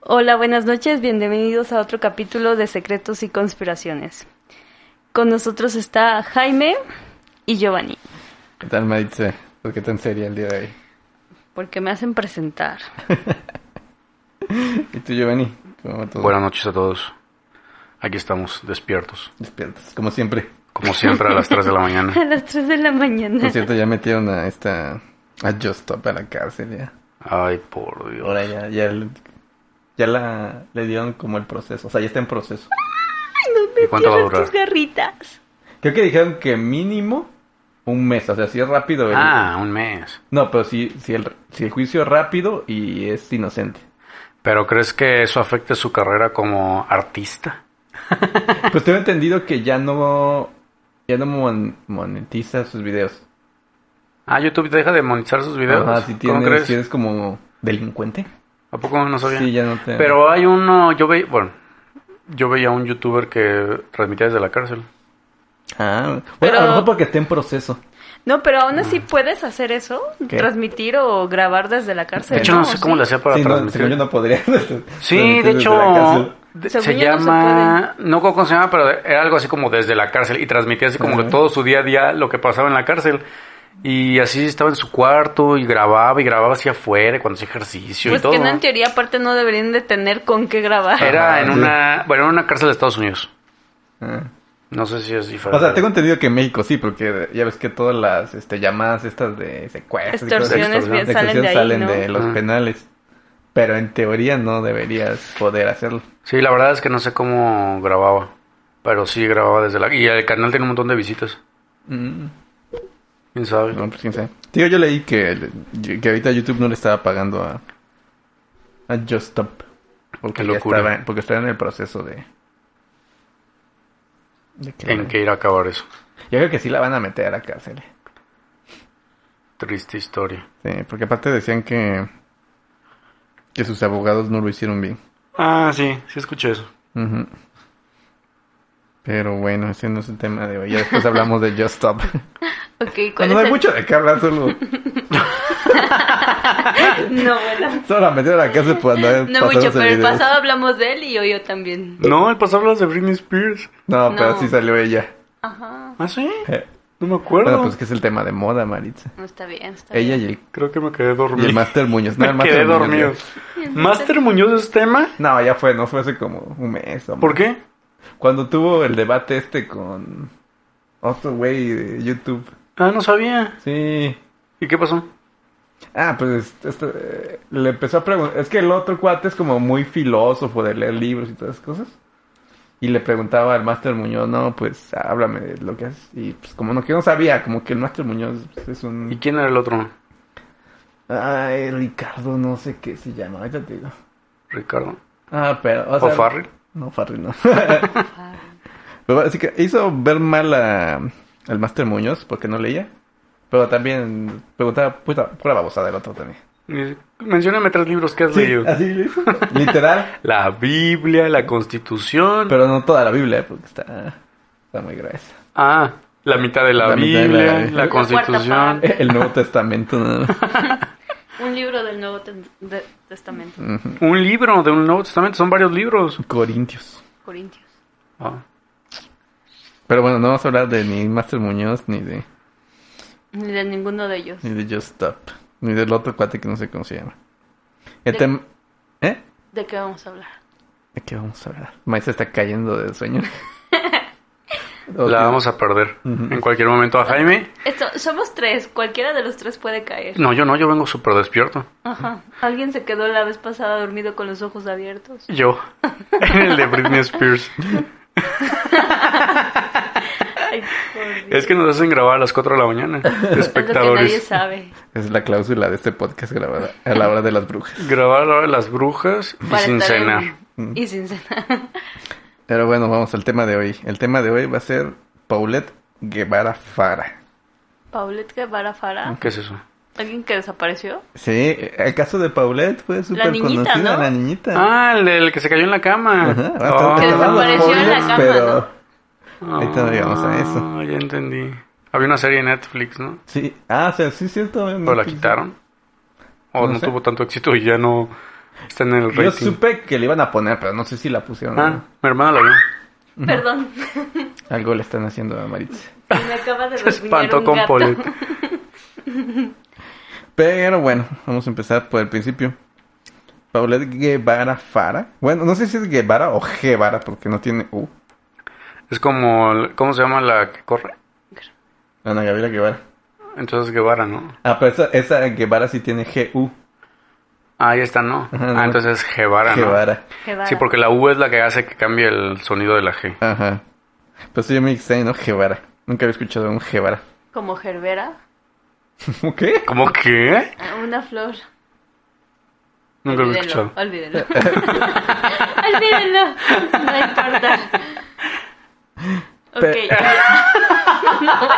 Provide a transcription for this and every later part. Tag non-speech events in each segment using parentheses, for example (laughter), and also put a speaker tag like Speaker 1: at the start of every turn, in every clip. Speaker 1: Hola, buenas noches, bienvenidos a otro capítulo de Secretos y Conspiraciones. Con nosotros está Jaime y Giovanni,
Speaker 2: ¿Qué tal, Maritza? ¿Por qué tan seria el día de hoy?
Speaker 1: porque me hacen presentar.
Speaker 2: ¿Y tú, Giovanni? ¿Cómo todo?
Speaker 3: Buenas noches a todos. Aquí estamos, despiertos.
Speaker 2: Despiertas, como siempre.
Speaker 3: Como siempre, a las 3 de la
Speaker 1: A
Speaker 2: (laughs)
Speaker 3: mañana.
Speaker 1: las 3 de la mañana.
Speaker 2: Por cierto, ya metieron a esta... A Just Stop a la cárcel ya.
Speaker 3: Ay, por Dios.
Speaker 2: Ahora ya, ya, el- ya la, le dieron como el proceso. O sea, ya está en proceso.
Speaker 3: ¿Y cuánto va a
Speaker 1: Tienes
Speaker 3: durar?
Speaker 1: tus garritas.
Speaker 2: Creo que dijeron que mínimo un mes. O sea, si es rápido... el-
Speaker 3: Ah, un mes.
Speaker 2: No, pero si, si, el, si el juicio es rápido y es inocente.
Speaker 3: ¿Pero crees que eso afecte su carrera como artista?
Speaker 2: Pues tengo entendido que ya no... Ya no mon- monetiza sus videos.
Speaker 3: Ah, YouTube deja de monetizar sus videos.
Speaker 2: Ajá, si
Speaker 3: ¿Cómo
Speaker 2: tienes,
Speaker 3: crees?
Speaker 2: si eres como delincuente.
Speaker 3: ¿A poco no sabía?
Speaker 2: Sí, ya no te...
Speaker 3: Pero hay uno, yo veía, bueno, yo veía un youtuber que transmitía desde la cárcel.
Speaker 2: Ah,
Speaker 1: Pero-
Speaker 2: bueno, a lo mejor porque está en proceso.
Speaker 1: No, pero aún así
Speaker 3: Ah.
Speaker 1: puedes hacer eso,
Speaker 2: ¿Qué?
Speaker 1: transmitir o grabar desde la cárcel.
Speaker 3: De hecho, no, sé cómo
Speaker 1: Sí.
Speaker 3: le hacía para
Speaker 2: sí, no,
Speaker 3: transmitir.
Speaker 2: según yo no podría. (laughs)
Speaker 3: Sí, de hecho, de-
Speaker 1: Según
Speaker 3: se
Speaker 1: yo no se
Speaker 3: llama, no, recuerdo cómo se llama, pero era algo así como desde la cárcel y transmitía así como
Speaker 2: Ajá.
Speaker 3: que todo su día a día lo que pasaba en la cárcel. Y así estaba en su cuarto y grababa y grababa hacia afuera y cuando hacía ejercicio
Speaker 1: Pues
Speaker 3: y todo.
Speaker 1: que no, en teoría aparte no deberían de tener con qué grabar.
Speaker 3: Era
Speaker 2: Ajá,
Speaker 3: en
Speaker 2: sí.
Speaker 3: una, bueno, en una cárcel de Estados Unidos.
Speaker 2: Ah.
Speaker 3: No sé si es diferente.
Speaker 2: O sea, tengo entendido que en México sí, porque ya ves que todas las este, llamadas estas de secuestros y cosas-
Speaker 1: (laughs) Extorsiones bien salen de ahí,
Speaker 2: salen
Speaker 1: ¿no?
Speaker 2: de los
Speaker 3: Ajá.
Speaker 2: penales. Pero en teoría no deberías poder hacerlo.
Speaker 3: Sí, la verdad es que no sé cómo grababa, pero sí grababa desde la y el canal tiene un montón de visitas.
Speaker 2: Mm,
Speaker 3: ¿Quién sabe?
Speaker 2: no, pues quién sabe. Digo, yo leí que, que ahorita YouTube no le estaba pagando a, a Just Stop. Porque,
Speaker 3: Qué
Speaker 2: ya
Speaker 3: locura.
Speaker 2: estaba, porque estaba en el proceso de... de que-
Speaker 3: En qué ir a acabar eso.
Speaker 2: Yo creo que sí la van a meter a la cárcel.
Speaker 3: Triste historia.
Speaker 2: Sí, porque aparte decían que, que sus abogados no lo hicieron bien.
Speaker 3: Ah, sí, sí escuché eso.
Speaker 2: Ujú. Pero bueno, ese no es el tema de hoy. Ya después hablamos de Just Stop.
Speaker 1: Ok, ¿cuál
Speaker 2: (laughs) Cuando no
Speaker 1: es
Speaker 2: hay
Speaker 1: el-
Speaker 2: mucho de qué hablar, solo,
Speaker 3: (laughs)
Speaker 1: No, bueno.
Speaker 2: solo la metieron a la cárcel por andar
Speaker 1: (laughs) No mucho,
Speaker 2: pasándose
Speaker 1: pero el
Speaker 2: videos.
Speaker 1: pasado hablamos de él y hoy yo también.
Speaker 3: No, el pasado hablas de Britney Spears.
Speaker 2: No, pero
Speaker 1: No.
Speaker 2: sí salió ella.
Speaker 1: Ajá.
Speaker 3: ¿Ah, sí?
Speaker 2: Eh,
Speaker 3: No me acuerdo.
Speaker 2: Bueno, pues que es el tema de moda, Maritza.
Speaker 1: No está bien, está
Speaker 2: Ella
Speaker 1: bien.
Speaker 2: y el,
Speaker 3: Creo que me quedé
Speaker 2: y
Speaker 3: dormido.
Speaker 2: el Master Muñoz. No, el
Speaker 3: (laughs) me
Speaker 2: Master
Speaker 3: quedé
Speaker 2: Muñoz
Speaker 3: dormido.
Speaker 2: ya.
Speaker 3: ¿Master Muñoz es tema?
Speaker 2: No, ya fue, no fue hace como un mes. o
Speaker 3: ¿Por
Speaker 2: más.
Speaker 3: qué?
Speaker 2: Cuando tuvo el debate este con otro güey de YouTube.
Speaker 3: Ah, no sabía.
Speaker 2: Sí.
Speaker 3: ¿Y qué pasó?
Speaker 2: Ah, pues este, eh, le empezó a preguntar. Es que el otro cuate es como muy filósofo de leer libros y todas esas cosas. Y le preguntaba al Máster Muñoz, no, pues háblame de lo que haces. Y pues como no, que no sabía, como que el Máster Muñoz pues, es
Speaker 3: ¿Y
Speaker 2: un...
Speaker 3: quién era el otro?
Speaker 2: Ay, Ricardo, no sé qué se llama, ahorita te digo.
Speaker 3: ¿Ricardo?
Speaker 2: Ah, pero...
Speaker 3: ¿O Farrell?
Speaker 2: No, Farrell no. Pero así que hizo ver mal a- al Máster Muñoz porque no leía. Pero también preguntaba puta, pura babosada del otro también.
Speaker 3: Eh, Mencióname tres libros que has
Speaker 2: Sí, ah.
Speaker 3: leído.
Speaker 2: así le hizo. Literal.
Speaker 3: La Biblia, la Constitución.
Speaker 2: Pero no toda la Biblia, ¿eh? porque está, está muy gruesa.
Speaker 3: Ah, la mitad de la,
Speaker 2: La mitad
Speaker 3: Biblia,
Speaker 2: de la
Speaker 3: la,
Speaker 2: Biblia.
Speaker 1: La cuarta
Speaker 3: Constitución.
Speaker 1: parte.
Speaker 2: El Nuevo Testamento. ¿no?
Speaker 1: Un libro del Nuevo Ten- de- Testamento,
Speaker 2: Ujú.
Speaker 3: Un libro de un Nuevo Testamento. Son varios libros.
Speaker 2: Corintios.
Speaker 1: Corintios.
Speaker 3: Ah,
Speaker 2: Pero bueno, no vamos a hablar de ni Master Muñoz, ni de,
Speaker 1: Ni de ninguno de ellos.
Speaker 2: ni de Just Stop, ni del otro cuate que no sé cómo se llama. El
Speaker 1: De-
Speaker 2: tem- ¿Eh?
Speaker 1: ¿De qué vamos a hablar?
Speaker 2: ¿De qué vamos a hablar? Maestra está cayendo de sueño.
Speaker 3: (laughs) la vamos a perder
Speaker 2: Ujú.
Speaker 3: en cualquier momento a Jaime.
Speaker 1: Esto, somos tres, cualquiera de los tres puede caer.
Speaker 3: No, yo no, yo vengo súper despierto.
Speaker 1: Ajá. Alguien se quedó la vez pasada dormido con los ojos abiertos.
Speaker 3: Yo, (laughs) el de Britney Spears.
Speaker 1: Ay, por
Speaker 3: (laughs)
Speaker 1: Dios.
Speaker 3: Es que nos hacen grabar a las 4 de la mañana.
Speaker 1: Es (laughs) lo que nadie
Speaker 3: Espectadores.
Speaker 1: sabe.
Speaker 2: Es la cláusula de este podcast grabada a la hora de las brujas.
Speaker 3: Grabar a la hora de las brujas y
Speaker 1: Para
Speaker 3: sin
Speaker 1: estar en-
Speaker 3: cenar.
Speaker 1: Y sin cenar.
Speaker 2: Pero bueno, vamos al tema de hoy. El tema de hoy va a ser Paulette Guevara Fara.
Speaker 1: (laughs) Paulette Guevara Fara,
Speaker 3: ¿Qué es eso?
Speaker 1: alguien que desapareció.
Speaker 2: Sí, el caso de Paulette fue súper
Speaker 1: niñita,
Speaker 2: conocida,
Speaker 1: ¿no?
Speaker 2: la niñita.
Speaker 3: Ah, el, el que se cayó en la cama.
Speaker 2: Ajá, bastante
Speaker 1: Que
Speaker 3: Ah,
Speaker 2: raro,
Speaker 1: desapareció en la
Speaker 2: Paulette,
Speaker 1: cama, ¿no?
Speaker 3: ah,
Speaker 2: ahorita llegamos a eso.
Speaker 3: Ya entendí. Había una serie en Netflix, ¿no?
Speaker 2: Sí, ah, o sea, sí es cierto.
Speaker 3: Pero la quitaron. O
Speaker 2: No
Speaker 3: no,
Speaker 2: sé.
Speaker 3: tuvo tanto éxito y ya no Está en el
Speaker 2: Yo
Speaker 3: rating.
Speaker 2: supe que le iban a poner, pero no sé si la pusieron. o
Speaker 3: Ah,
Speaker 2: no.
Speaker 3: mi hermana la vio.
Speaker 1: Perdón. (laughs)
Speaker 2: Algo le están haciendo a Maritza.
Speaker 1: Se me acaba de
Speaker 3: (laughs) Se espantó
Speaker 1: rasguñar
Speaker 3: con
Speaker 1: un
Speaker 3: Polet.
Speaker 1: gato.
Speaker 2: Pero bueno, vamos a empezar por el principio. Paulette Guevara Fara. Bueno, no sé si es Guevara o Guevara, porque no tiene U.
Speaker 3: Es como, el- ¿cómo se llama la que corre?
Speaker 2: Ana Gabriela Guevara.
Speaker 3: Entonces Guevara, ¿no?
Speaker 2: Ah, pero esa, esa Guevara sí tiene G-U.
Speaker 3: Ah, ya está, ¿no?
Speaker 2: Ajá,
Speaker 3: Ah,
Speaker 2: no.
Speaker 3: entonces es Guevara, ¿no?
Speaker 2: Guevara.
Speaker 1: (laughs) Guevara.
Speaker 3: Sí, porque la U es la que hace que cambie el sonido de la G.
Speaker 2: Ajá. Pues sí, me extraño, ¿no? Guevara. Nunca había escuchado un Guevara. (laughs)
Speaker 1: Como gerbera.
Speaker 2: ¿Cómo
Speaker 3: (laughs)
Speaker 2: qué?
Speaker 3: ¿Cómo qué?
Speaker 1: Ah, Una flor.
Speaker 3: Nunca lo he
Speaker 1: Olvídenlo,
Speaker 3: escuchado.
Speaker 1: olvídenlo. olvídenlo. No importa. Ok.
Speaker 2: Pe-
Speaker 1: (laughs) no, no,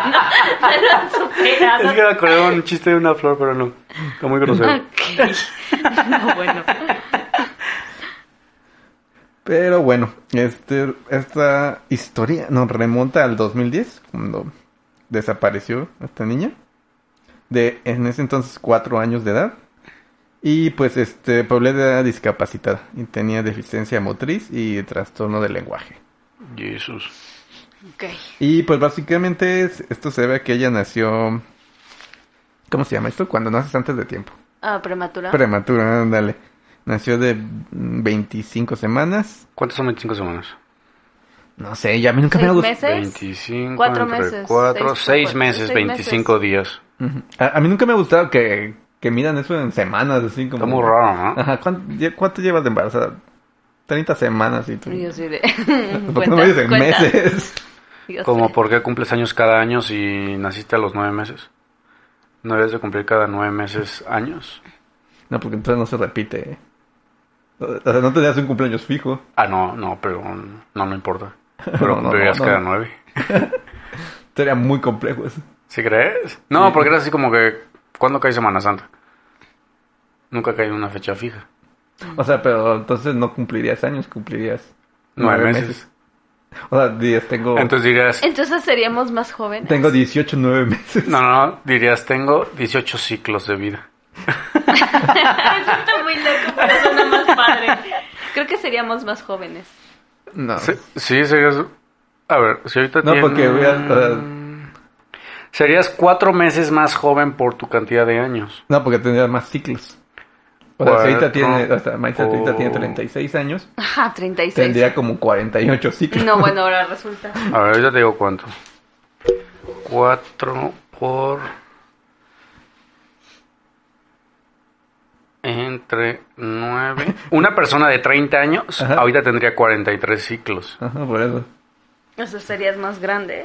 Speaker 1: no lo han superado.
Speaker 3: Es que me acordé de un chiste de una flor, pero no. Está muy grosero. (laughs)
Speaker 1: Ok. (laughs) No, bueno.
Speaker 2: Pero bueno, este, esta historia nos remonta al 2010, cuando desapareció esta niña, de en ese entonces cuatro años de edad. Y pues este, Paulette era discapacitada y tenía deficiencia motriz y trastorno del lenguaje.
Speaker 3: Jesús.
Speaker 1: Ok.
Speaker 2: Y pues básicamente es- esto se ve que ella nació, ¿cómo se llama esto? Cuando naces antes de tiempo.
Speaker 1: Ah, prematura.
Speaker 2: Prematura, ándale. Nació de mm, 25 semanas.
Speaker 3: ¿Cuántas son 25 semanas?
Speaker 2: No sé, ya a mí nunca me
Speaker 1: ¿Seis
Speaker 2: ha gustado.
Speaker 1: meses? Seis.
Speaker 3: 25
Speaker 1: Cuatro
Speaker 3: entre
Speaker 1: meses, seis
Speaker 3: 4, 6,
Speaker 1: por cuatro,
Speaker 3: meses,
Speaker 1: seis
Speaker 3: 25
Speaker 1: meses.
Speaker 3: días.
Speaker 2: Ujú. A, a mí nunca me ha gustado que, que midan eso en semanas, así como...
Speaker 3: Está muy raro, ¿no?
Speaker 2: Ajá, ¿cuánto, lle- cuánto llevas de embarazada? 30 semanas y tú...
Speaker 1: Y Yo sí
Speaker 2: (laughs)
Speaker 1: de...
Speaker 2: ¿Por qué no me dices en meses? (laughs)
Speaker 1: Yo
Speaker 3: Como
Speaker 1: sí.
Speaker 3: por qué cumples años cada año si naciste a los 9 meses. ¿No debes de cumplir cada 9 meses años?
Speaker 2: No, porque entonces no se repite. ¿eh? O o sea, no tenías un cumpleaños fijo.
Speaker 3: Ah, no, no, pero no,
Speaker 2: (laughs)
Speaker 3: no importa.
Speaker 2: No,
Speaker 3: Pero
Speaker 2: no,
Speaker 3: cumplirías
Speaker 2: no, no.
Speaker 3: cada 9.
Speaker 2: Sería muy complejo eso.
Speaker 3: ¿Sí crees? No, porque era así como que... ¿Cuándo cae Semana Santa? Nunca cae en una fecha fija.
Speaker 2: O sea, pero entonces no cumplirías años, cumplirías...
Speaker 3: Nueve
Speaker 2: nueve
Speaker 3: meses. Oh.
Speaker 2: O sea, dirías, tengo...
Speaker 3: Entonces dirías...
Speaker 1: Entonces seríamos más
Speaker 2: (laughs)
Speaker 1: jóvenes. (laughs)
Speaker 2: Tengo 18, 9 meses.
Speaker 3: No, no, no, dirías tengo 18 ciclos de vida.
Speaker 1: Está muy loco, pero suena más padre. Creo que seríamos más jóvenes.
Speaker 2: No.
Speaker 3: Sí, sí, serías... A ver, si ahorita
Speaker 2: No, porque hubieras-
Speaker 3: tienes-
Speaker 2: o sea,
Speaker 3: Serías cuatro meses más joven por tu cantidad de años.
Speaker 2: no, porque tendrías más ciclos. O sea, si ahorita
Speaker 3: Cuatro.
Speaker 2: tiene, o sea, Maritza ahorita
Speaker 3: Oh.
Speaker 2: tiene 36 años,
Speaker 1: Ajá, 36.
Speaker 2: tendría como 48 ciclos.
Speaker 1: No, bueno, ahora resulta.
Speaker 3: A ver, ahorita te digo cuánto. Cuatro por... Entre nueve... Una persona de 30 años
Speaker 2: Ajá.
Speaker 3: ahorita tendría 43 ciclos.
Speaker 2: (laughs) Ajá, por eso.
Speaker 1: O sea, serías más grande.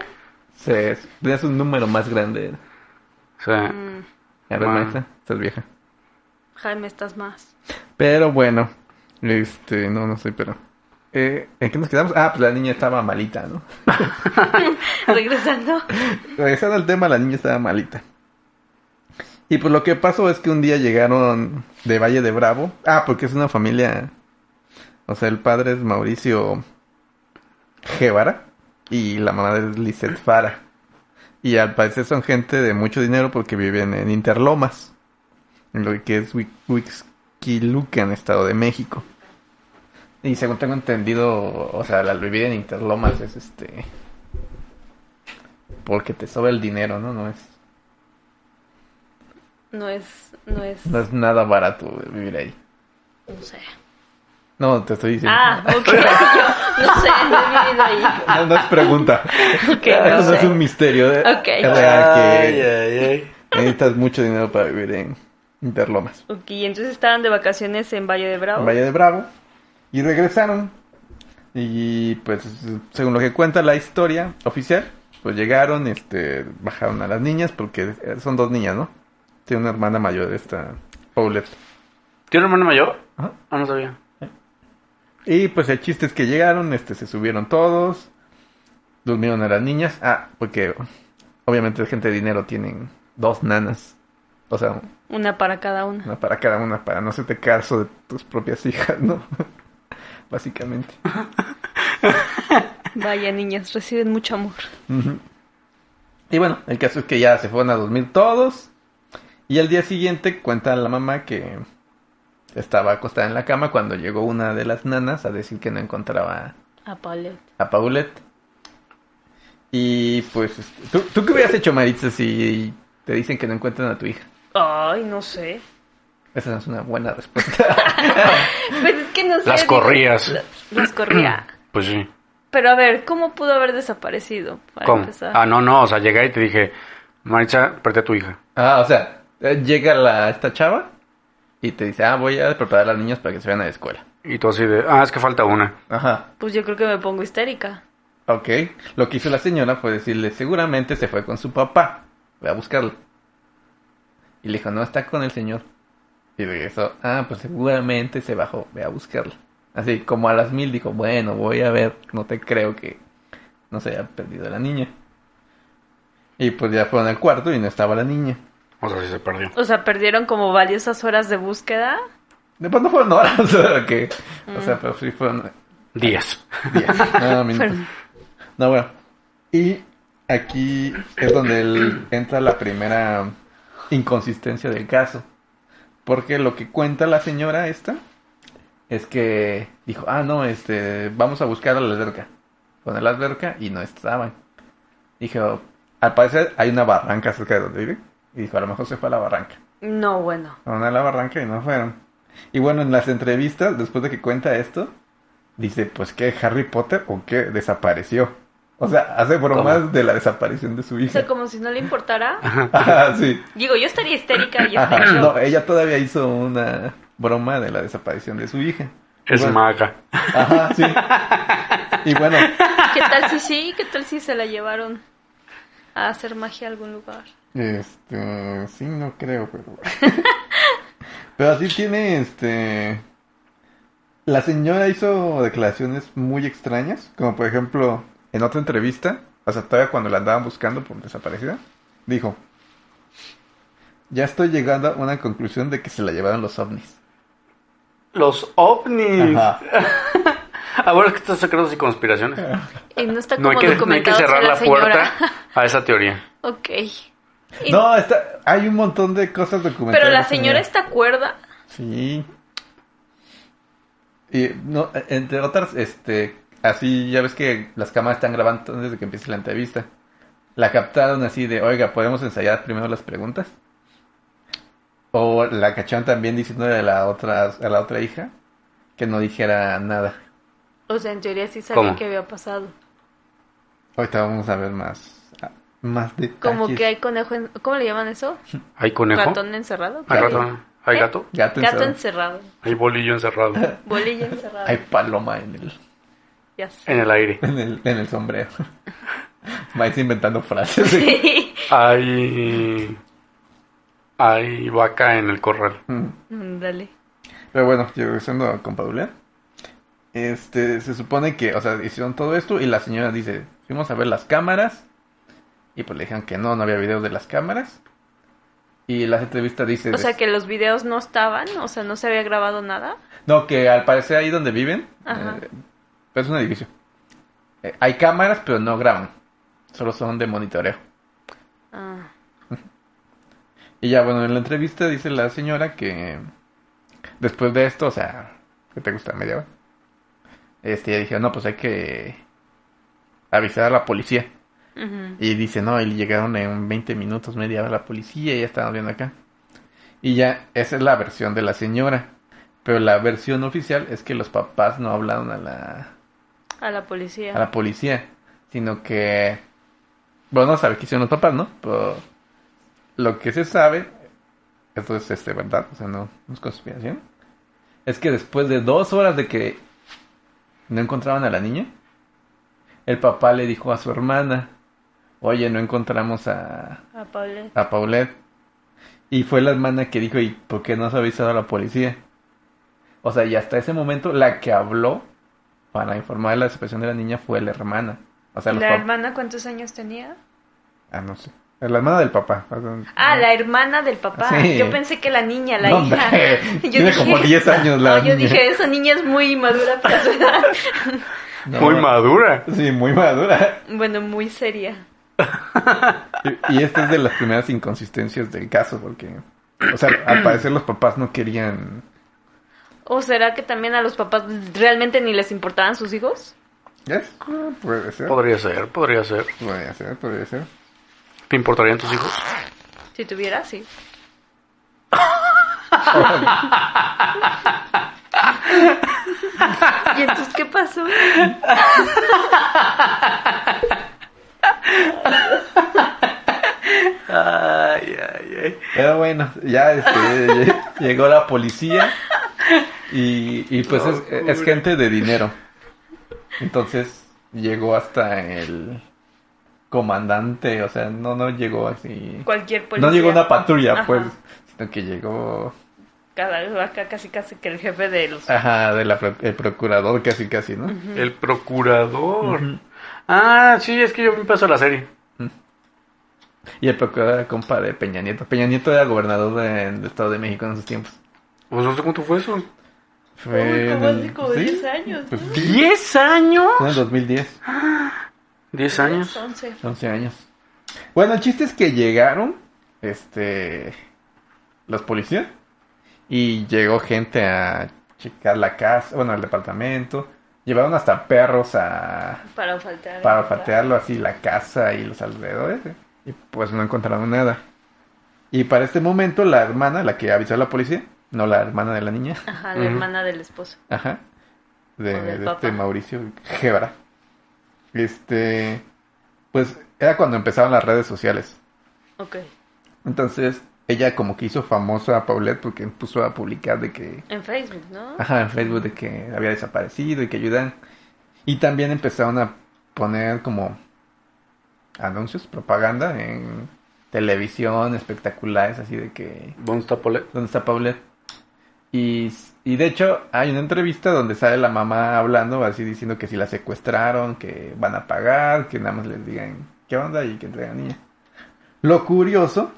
Speaker 2: Se, tendrías un número más grande.
Speaker 3: O sea,
Speaker 1: Mm,
Speaker 2: A ver,
Speaker 3: Ah.
Speaker 2: Maritza, estás vieja.
Speaker 1: Jaime, estás más.
Speaker 2: Pero bueno, este, no, no sé, pero... Eh, ¿En qué nos quedamos? Ah, pues la niña estaba malita, ¿no?
Speaker 1: (laughs) Regresando.
Speaker 2: Regresando al tema, la niña estaba malita. Y pues lo que pasó es que un día llegaron de Valle de Bravo. Ah, porque es una familia. O sea, el padre es Mauricio Guevara y la mamá es Lizeth Fara. Y al parecer son gente de mucho dinero porque viven en Interlomas, en lo que es Wi- Huixquilucan, Estado de México. Y según tengo entendido, o sea, la vivir en Interlomas es este. Porque te sobra el dinero, ¿no? No es,
Speaker 1: No es. No es.
Speaker 2: no es nada barato vivir ahí.
Speaker 1: No sé.
Speaker 2: No, te estoy diciendo.
Speaker 1: Ah,
Speaker 2: (laughs)
Speaker 1: ok. Yo no sé, no he vivido ahí.
Speaker 2: No, no es
Speaker 1: (laughs)
Speaker 2: pregunta.
Speaker 1: Ok,
Speaker 2: Ah, Eso
Speaker 1: no
Speaker 2: no es
Speaker 1: sé.
Speaker 2: un misterio. ¿eh?
Speaker 1: Ok.
Speaker 2: Es real que
Speaker 3: Ay, ay, ay.
Speaker 2: necesitas mucho dinero para vivir en Interlomas.
Speaker 1: Ok, entonces estaban de vacaciones en Valle de Bravo.
Speaker 2: en Valle de Bravo. Y regresaron. Y pues, según lo que cuenta la historia oficial, pues llegaron, este, bajaron a las niñas, porque son dos niñas, ¿no? Tiene una hermana mayor, esta Paulette.
Speaker 3: ¿Tiene un hermano mayor?
Speaker 2: Ajá.
Speaker 3: Ah, no sabía.
Speaker 2: Y pues el chiste es que llegaron, este, se subieron todos, durmieron a las niñas. Ah, porque obviamente la gente de dinero tienen dos nanas. O sea,
Speaker 1: Una para cada una.
Speaker 2: una para cada una, para no hacerte caso de tus propias hijas, ¿no? (laughs) Básicamente.
Speaker 1: Vaya, niñas, reciben mucho amor.
Speaker 2: Ujú. Y bueno, el caso es que ya se fueron a dormir todos. Y al día siguiente cuenta la mamá que Estaba acostada en la cama cuando llegó una de las nanas a decir que no encontraba
Speaker 1: A Paulette.
Speaker 2: a Paulette. Y pues, este, ¿tú, tú qué hubieras hecho, Maritza, si te dicen que no encuentran a tu hija?
Speaker 1: Ay, no sé.
Speaker 2: Esa no es una buena respuesta. (laughs)
Speaker 1: Pues es que no sé.
Speaker 3: Las
Speaker 1: digo,
Speaker 3: corrías.
Speaker 1: Las corría.
Speaker 3: (clears throat) Pues sí.
Speaker 1: Pero a ver, ¿cómo pudo haber desaparecido? Para
Speaker 3: ¿Cómo?
Speaker 1: empezar.
Speaker 3: Ah, no, no. O sea, llegué y te dije, Maritza, perdí a tu hija.
Speaker 2: ah, o sea, eh, llega la, esta chava y te dice, ah, voy a preparar a las niñas para que se vayan a la escuela.
Speaker 3: Y tú así de, ah, es que falta una.
Speaker 2: Ajá,
Speaker 1: Pues yo creo que me pongo histérica.
Speaker 2: ok. Lo que hizo la señora fue decirle, seguramente se fue con su papá. Voy a buscarlo. Y le dijo, no, está con el señor. Y regresó, ah, pues seguramente se bajó, voy a buscarlo. Así como a las mil dijo, bueno, voy a ver, no te creo que no se haya perdido la niña. Y pues ya fueron al cuarto y no estaba la niña.
Speaker 3: O sea, sí se perdió.
Speaker 1: O sea, perdieron como valiosas horas de búsqueda.
Speaker 2: Después no fueron horas, (laughs) o sea, que... O sea, pero sí fueron
Speaker 3: Días.
Speaker 2: días. No, minutos. No, bueno. Y aquí es donde el- entra la primera inconsistencia del caso. Porque lo que cuenta la señora esta es que dijo, ah, no, este, vamos a buscar a la alberca. Con la alberca y no estaban. Dijo, al parecer hay una barranca cerca de donde vive. Y dijo, a lo mejor se fue a la barranca.
Speaker 1: No, bueno.
Speaker 2: Fueron a la barranca y no fueron. Y bueno, en las entrevistas, después de que cuenta esto, dice, pues que Harry Potter o qué desapareció. O sea, hace bromas de la desaparición de su
Speaker 1: O sea,
Speaker 2: hija.
Speaker 1: como si no le importara.
Speaker 2: (laughs) Ajá, sí.
Speaker 1: Digo, yo estaría histérica
Speaker 2: (laughs)
Speaker 1: y
Speaker 2: Ajá.
Speaker 1: estaría
Speaker 2: No, ella todavía hizo una broma de la desaparición de su hija. Y
Speaker 3: Es
Speaker 2: bueno,
Speaker 3: maga.
Speaker 2: Ajá, sí. Y bueno,
Speaker 1: (laughs) ¿Qué tal si sí? ¿Qué tal si se la llevaron a hacer magia a algún lugar?
Speaker 2: este, sí, no creo, pero... (laughs) Pero así tiene, este... La señora hizo declaraciones muy extrañas, como por ejemplo, en otra entrevista, o sea, todavía cuando la andaban buscando por desaparecida, dijo, ya estoy llegando a una conclusión de que se la llevaron los ovnis.
Speaker 3: Los
Speaker 1: Mm.
Speaker 3: ovnis. (laughs) Ahora es Ah, que estás sacando y conspiraciones.
Speaker 1: Y no está como
Speaker 3: No hay, que, no hay que
Speaker 1: documentado si
Speaker 3: cerrar la puerta
Speaker 1: señora-
Speaker 3: a esa teoría.
Speaker 1: (laughs) ok. Y-
Speaker 2: No, está, hay un montón de cosas documentadas.
Speaker 1: Pero
Speaker 2: de
Speaker 1: la señora está cuerda.
Speaker 2: Sí. Y no, e, entre otras, este, así ya ves que las cámaras están grabando desde que empieza la entrevista. La captaron así de, oiga, ¿podemos ensayar primero las preguntas? O la cacharon también diciéndole a la otra, a la otra hija que no dijera nada.
Speaker 1: O sea, en teoría sí sabía
Speaker 3: ¿Cómo?
Speaker 1: que había pasado.
Speaker 2: Ahorita vamos a ver más, más detalles.
Speaker 1: Como que hay conejo en- ¿Cómo le llaman eso?
Speaker 3: ¿Hay conejo?
Speaker 1: ¿Ratón encerrado?
Speaker 3: ¿Hay ratón? ¿Hay
Speaker 1: ¿Eh?
Speaker 3: gato?
Speaker 2: Gato
Speaker 1: Gato
Speaker 2: encerrado.
Speaker 1: encerrado.
Speaker 3: Hay bolillo encerrado
Speaker 1: Bolilla encerrada.
Speaker 2: Hay paloma en el,
Speaker 1: Ya sé. (laughs)
Speaker 3: en el aire.
Speaker 2: en el, en el sombrero. (laughs) Vais inventando frases.
Speaker 3: Hay... Hay vaca en el corral.
Speaker 2: (laughs)
Speaker 1: Mm, Dale.
Speaker 2: Pero bueno, yo regresando con Paulette. Este, se supone que, o sea, hicieron todo esto y la señora dice, fuimos a ver las cámaras. Y pues le dijeron que no, no había videos de las cámaras. Y las entrevistas dice,
Speaker 1: O sea, que los videos no estaban, o sea, no se había grabado nada.
Speaker 2: no, que al parecer ahí donde viven,
Speaker 1: Ajá.
Speaker 2: eh, es un edificio. Eh, hay cámaras, pero no graban. Solo son de monitoreo.
Speaker 1: Ah.
Speaker 2: Y ya, bueno, en la entrevista dice la señora que después de esto, o sea, que te gusta media hora, este, ya dije, no, pues hay que avisar a la policía.
Speaker 1: Ujú.
Speaker 2: Y dice, no, y llegaron en 20 minutos, media hora la policía y ya estaban viendo acá. Y ya, esa es la versión de la señora. Pero la versión oficial es que los papás no hablaron a la,
Speaker 1: A la policía.
Speaker 2: a la policía, sino que, bueno, no sabe qué hicieron los papás, ¿no? Pero lo que se sabe, esto es este, verdad, o sea, no, no es conspiración, es que después de dos horas de que no encontraban a la niña, el papá le dijo a su hermana, oye, no encontramos a,
Speaker 1: A Paulette.
Speaker 2: a Paulette. Y fue la hermana que dijo, ¿y por qué no has avisado a la policía? O sea, y hasta ese momento la que habló para informar de la desaparición de la niña fue la hermana. O sea, los
Speaker 1: ¿La
Speaker 2: pap-
Speaker 1: hermana cuántos años tenía?
Speaker 2: Ah, no sé. La hermana del papá.
Speaker 1: Ah, la hermana del papá.
Speaker 2: Sí.
Speaker 1: Yo pensé que la niña, la
Speaker 2: No, hombre.
Speaker 1: hija. (laughs)
Speaker 2: Tiene como 10 años la
Speaker 1: No, yo
Speaker 2: niña.
Speaker 1: dije, esa niña es muy madura para su edad. (laughs)
Speaker 2: No.
Speaker 3: Muy madura.
Speaker 2: Sí, muy madura.
Speaker 1: bueno, muy seria.
Speaker 2: Y, y esta es de las primeras inconsistencias del caso, porque... O sea, al parecer los papás no querían
Speaker 1: ¿O será que también a los papás realmente ni les importaban sus hijos?
Speaker 2: Yes, eh, puede ser.
Speaker 3: Podría ser, podría ser.
Speaker 2: Podría ser, podría ser.
Speaker 3: ¿Te importarían tus hijos?
Speaker 1: Si tuviera, sí. (laughs) ¿Y entonces qué pasó?
Speaker 3: Ay, ay, ay.
Speaker 2: Pero bueno, ya este, llegó la policía y, y pues es, es gente de dinero. Entonces llegó hasta el comandante, o sea, no, no llegó así.
Speaker 1: Cualquier policía.
Speaker 2: No llegó una patrulla,
Speaker 1: Ajá.
Speaker 2: pues, sino que llegó
Speaker 1: Cada- acá casi casi que el jefe de los...
Speaker 2: Ajá, de la pro- el procurador casi casi, ¿no?
Speaker 3: El procurador. Ah, sí, es que yo me paso la serie.
Speaker 2: Y el procurador era compa de Peña Nieto. Peña Nieto era gobernador de- del Estado de México en esos tiempos.
Speaker 3: Pues no sé cuánto fue eso.
Speaker 1: Uy, como
Speaker 2: en el-
Speaker 1: hace como
Speaker 2: ¿sí?
Speaker 1: 10 años,
Speaker 2: Pues
Speaker 1: ¿no?
Speaker 2: sí,
Speaker 3: ¿Diez años?
Speaker 2: fue en el 2010,
Speaker 3: ¿Diez años?
Speaker 1: 11.
Speaker 2: 11 años. Bueno, el chiste es que llegaron, este, los policías, y llegó gente a checar la casa, bueno, el departamento. Llevaron hasta perros a,
Speaker 1: Para faltar.
Speaker 2: para olfatearlo así la casa y los alrededores ¿eh? y pues no encontraron nada. Y para este momento la hermana, la que avisó a la policía, no la hermana de la niña,
Speaker 1: Ajá, la
Speaker 3: Ujú.
Speaker 1: hermana del esposo.
Speaker 2: ajá, de,
Speaker 1: O del
Speaker 2: de
Speaker 1: papá.
Speaker 2: este Mauricio Gebra. Este, pues era cuando empezaron las redes sociales.
Speaker 1: Ok.
Speaker 2: Entonces ella como que hizo famosa a Paulette porque puso a publicar de que
Speaker 1: En Facebook, ¿no?
Speaker 2: Ajá, en Facebook de que había desaparecido y que ayudan. Y también empezaron a poner como anuncios, propaganda en televisión, espectaculares, así de que...
Speaker 3: ¿Dónde está Polet?
Speaker 2: ¿Dónde está Paulette? Y, y de hecho hay una entrevista donde sale la mamá hablando, así diciendo que si la secuestraron, que van a pagar, que nada más les digan qué onda y que entreguen a la niña. Lo curioso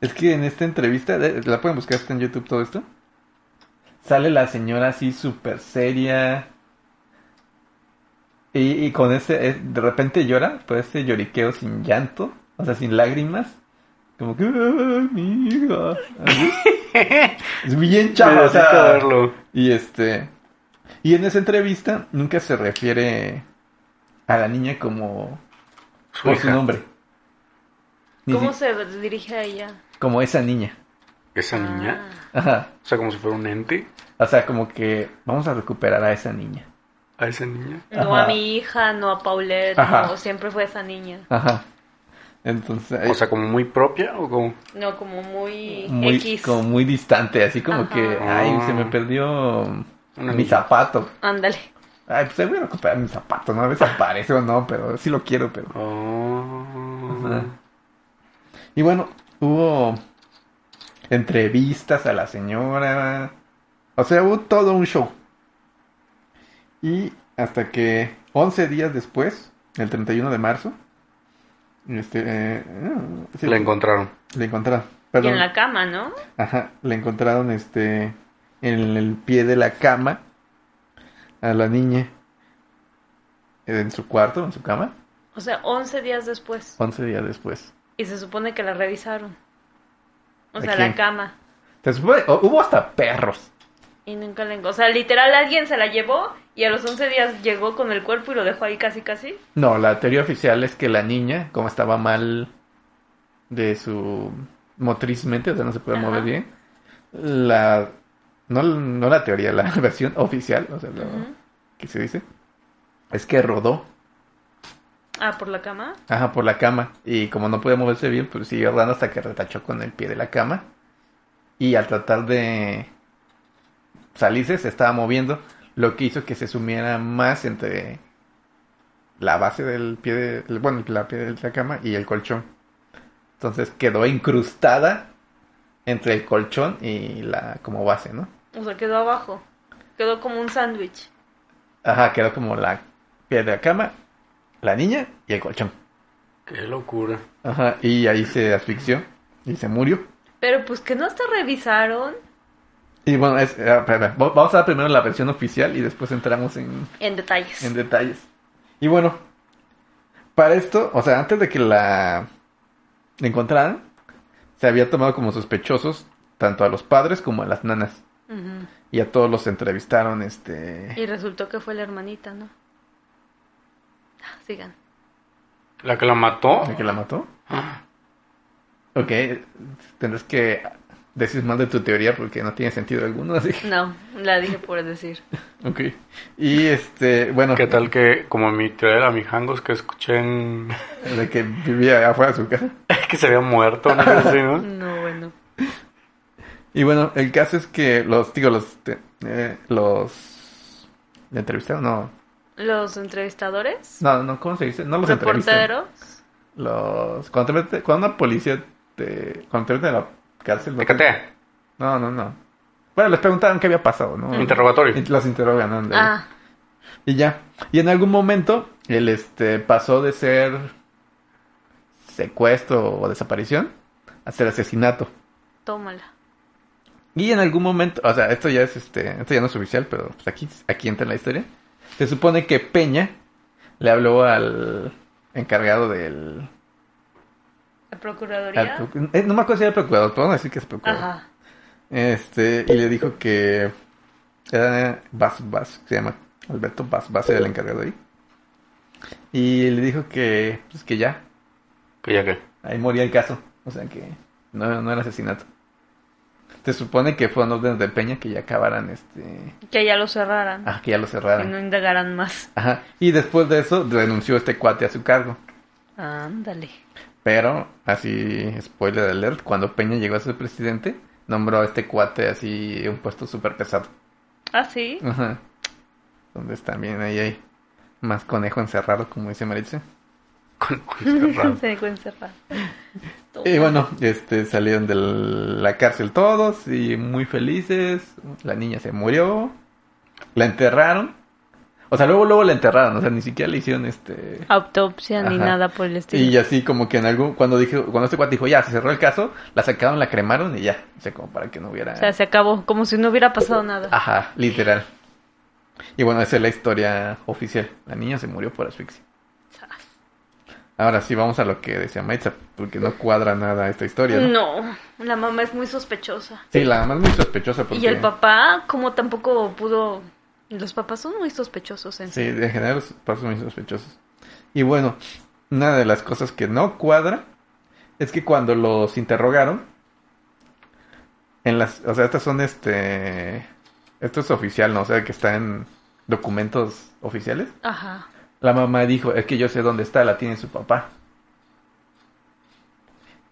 Speaker 2: es que en esta entrevista, de- la pueden buscar está en YouTube todo esto, sale la señora así súper seria y, y con ese, eh, de repente llora, por ese lloriqueo sin llanto, o sea, sin lágrimas. Como que, "Ah, mi hija.
Speaker 3: (laughs)
Speaker 2: Así. es bien chavo, o sea,
Speaker 3: verlo.
Speaker 2: Y este. Y en esa entrevista nunca se refiere a la niña como
Speaker 3: Su
Speaker 2: por su
Speaker 3: hija.
Speaker 2: nombre. Ni
Speaker 1: ¿Cómo
Speaker 2: si-
Speaker 1: se dirige a ella?
Speaker 2: Como esa niña.
Speaker 3: ¿Esa niña?
Speaker 1: Ah.
Speaker 2: Ajá.
Speaker 3: O sea, como si fuera un ente
Speaker 2: O sea, como que vamos a recuperar a esa niña.
Speaker 3: a esa niña.
Speaker 1: No
Speaker 2: Ajá.
Speaker 1: a mi hija, no a Paulette,
Speaker 2: Ajá.
Speaker 1: no, siempre fue esa niña.
Speaker 2: Ajá. Entonces, eh,
Speaker 3: O sea, como muy propia o como...
Speaker 1: No, como muy,
Speaker 2: muy,
Speaker 1: X.
Speaker 2: como muy distante, así como
Speaker 1: Ajá.
Speaker 2: que, ay,
Speaker 3: Ah.
Speaker 2: se me perdió mi
Speaker 3: anillo.
Speaker 2: zapato.
Speaker 1: Ándale.
Speaker 2: Ay, pues ahí voy a recuperar mi zapato, no desaparece o no, pero sí lo quiero, pero.
Speaker 3: Oh.
Speaker 2: Ajá. Y bueno, hubo entrevistas a la señora. O sea, hubo todo un show. Y hasta que 11 días después, el 31 de marzo, este, eh, sí,
Speaker 3: La encontraron.
Speaker 2: le encontraron.
Speaker 1: Y
Speaker 2: Perdón.
Speaker 1: en la cama, ¿no?
Speaker 2: Ajá, le encontraron este en el pie de la cama a la niña. En su cuarto, en su cama,
Speaker 1: O sea, 11 días después.
Speaker 2: 11 días después.
Speaker 1: Y se supone que la revisaron. O
Speaker 2: ¿A
Speaker 1: sea,
Speaker 2: quién?
Speaker 1: la cama.
Speaker 2: Se supone- o- hubo hasta perros.
Speaker 1: Y nunca la encontró. O sea, literal alguien se la llevó y a los 11 días llegó con el cuerpo y lo dejó ahí casi casi.
Speaker 2: No, la teoría oficial es que la niña, como estaba mal de su motrizmente, o sea, no se podía
Speaker 1: Ajá.
Speaker 2: mover bien, la no, no la teoría, la (laughs) versión oficial, o sea, lo
Speaker 1: Ujú.
Speaker 2: que se dice, es que rodó,
Speaker 1: Ah, por la cama.
Speaker 2: ajá, por la cama y como no podía moverse bien, pues siguió rodando hasta que retachó con el pie de la cama y al tratar de salirse se estaba moviendo, lo que hizo que se sumiera más entre la base del pie, de, bueno, la pie de la cama y el colchón. Entonces quedó incrustada entre el colchón y la como base, ¿no?
Speaker 1: O sea, quedó abajo. Quedó como un sándwich.
Speaker 2: Ajá, quedó como la pie de la cama, la niña y el colchón.
Speaker 3: Qué locura.
Speaker 2: Ajá, y ahí se asfixió y se murió.
Speaker 1: Pero pues que no hasta revisaron.
Speaker 2: Y bueno, es- eh, espera, va- vamos a dar primero la versión oficial y después entramos en,
Speaker 1: En detalles.
Speaker 2: en detalles. Y bueno, para esto, o sea, antes de que la encontraran, se había tomado como sospechosos tanto a los padres como a las nanas.
Speaker 1: Ujú.
Speaker 2: Y a todos los entrevistaron, este...
Speaker 1: Y resultó que fue la hermanita, ¿no? Ah, Sigan.
Speaker 3: ¿La que la mató?
Speaker 2: ¿El que la mató? Ok, tendrás que decir más de tu teoría porque no tiene sentido alguno, así que...
Speaker 1: No, la dije por decir.
Speaker 2: Ok. Y este, bueno...
Speaker 3: ¿Qué tal que, como mi teoría de la Mijangos, que escuché en... (laughs)
Speaker 2: De que vivía afuera de su casa.
Speaker 3: que se había muerto, una cosa así,
Speaker 1: (laughs)
Speaker 3: ¿no?
Speaker 1: No, bueno.
Speaker 2: Y bueno, el caso es que los, digo, los... te- eh, los... ¿Le entrevistaron? No.
Speaker 1: Los entrevistadores,
Speaker 2: No, no, ¿cómo se dice? No los entrevistan.
Speaker 1: reporteros,
Speaker 2: Los... Cuando, te mete- cuando una policía te... Cuando te meten a la cárcel... no te-
Speaker 3: Tecatea,
Speaker 2: No, no, no. Bueno, les preguntaron qué había pasado, ¿no?
Speaker 3: interrogatorio.
Speaker 2: Y Los interrogan, ándale.
Speaker 1: ah,
Speaker 2: Y ya. Y en algún momento, él este, pasó de ser secuestro o desaparición a ser asesinato.
Speaker 1: tómala.
Speaker 2: Y en algún momento, o sea, esto ya es este, esto ya no es oficial, pero pues, aquí, aquí entra en la historia. Se supone que Peña le habló al encargado del.
Speaker 1: ¿La
Speaker 2: al
Speaker 1: procuraduría?
Speaker 2: procu- eh, no me acuerdo si era procurador, pero vamos a decir que es procurador.
Speaker 1: Ajá.
Speaker 2: Este, y le dijo que era Bas Bas, se llama Alberto Bas Bas, era el encargado ahí. Y le dijo que, pues que ya,
Speaker 3: Que ya que.
Speaker 2: ahí moría el caso. O sea que no, no era asesinato. Se supone que fueron órdenes de Peña que ya acabaran, este,
Speaker 1: Que ya lo cerraran.
Speaker 2: ah, que ya lo
Speaker 1: Que no
Speaker 2: cerraran.
Speaker 1: indagaran más.
Speaker 2: Ajá. Y después de eso renunció este cuate a su cargo.
Speaker 1: Ándale.
Speaker 2: Pero, así, spoiler alert, cuando Peña llegó a ser presidente, nombró a este cuate así un puesto súper pesado.
Speaker 1: Ah, sí.
Speaker 2: Ajá. Entonces también ahí hay más conejo encerrado, como dice Maritza.
Speaker 3: Con,
Speaker 1: (laughs)
Speaker 3: con cerrado.
Speaker 1: Se dejó encerrar.
Speaker 2: Y bueno, este salieron de la cárcel todos y muy felices. La niña se murió. La enterraron. O sea, luego luego la enterraron, o sea, ni siquiera le hicieron este
Speaker 1: Autopsia ni
Speaker 2: Ajá.
Speaker 1: nada por el estilo.
Speaker 2: y así como que en algún cuando dije, cuando este cuate dijo, "Ya, se cerró el caso", la sacaron, la cremaron y ya, o sea, como para que no hubiera
Speaker 1: O sea, se acabó. Como si no hubiera pasado nada.
Speaker 2: Ajá, literal. Y bueno, esa es la historia oficial. La niña se murió por asfixia.
Speaker 1: Zas.
Speaker 2: Ahora sí, vamos a lo que decía Maitza, porque no cuadra nada esta historia, ¿no?
Speaker 1: No, la mamá es muy sospechosa.
Speaker 2: Sí, la mamá es muy sospechosa porque...
Speaker 1: Y el papá, como tampoco pudo... Los papás son muy sospechosos en
Speaker 2: Sí, en general los papás son muy sospechosos. Y bueno, una de las cosas que no cuadra es que cuando los interrogaron, en las... O sea, estas son este... Esto es oficial, ¿no? O sea, que está en documentos oficiales.
Speaker 1: Ajá.
Speaker 2: La mamá dijo, es que yo sé dónde está, la tiene su papá.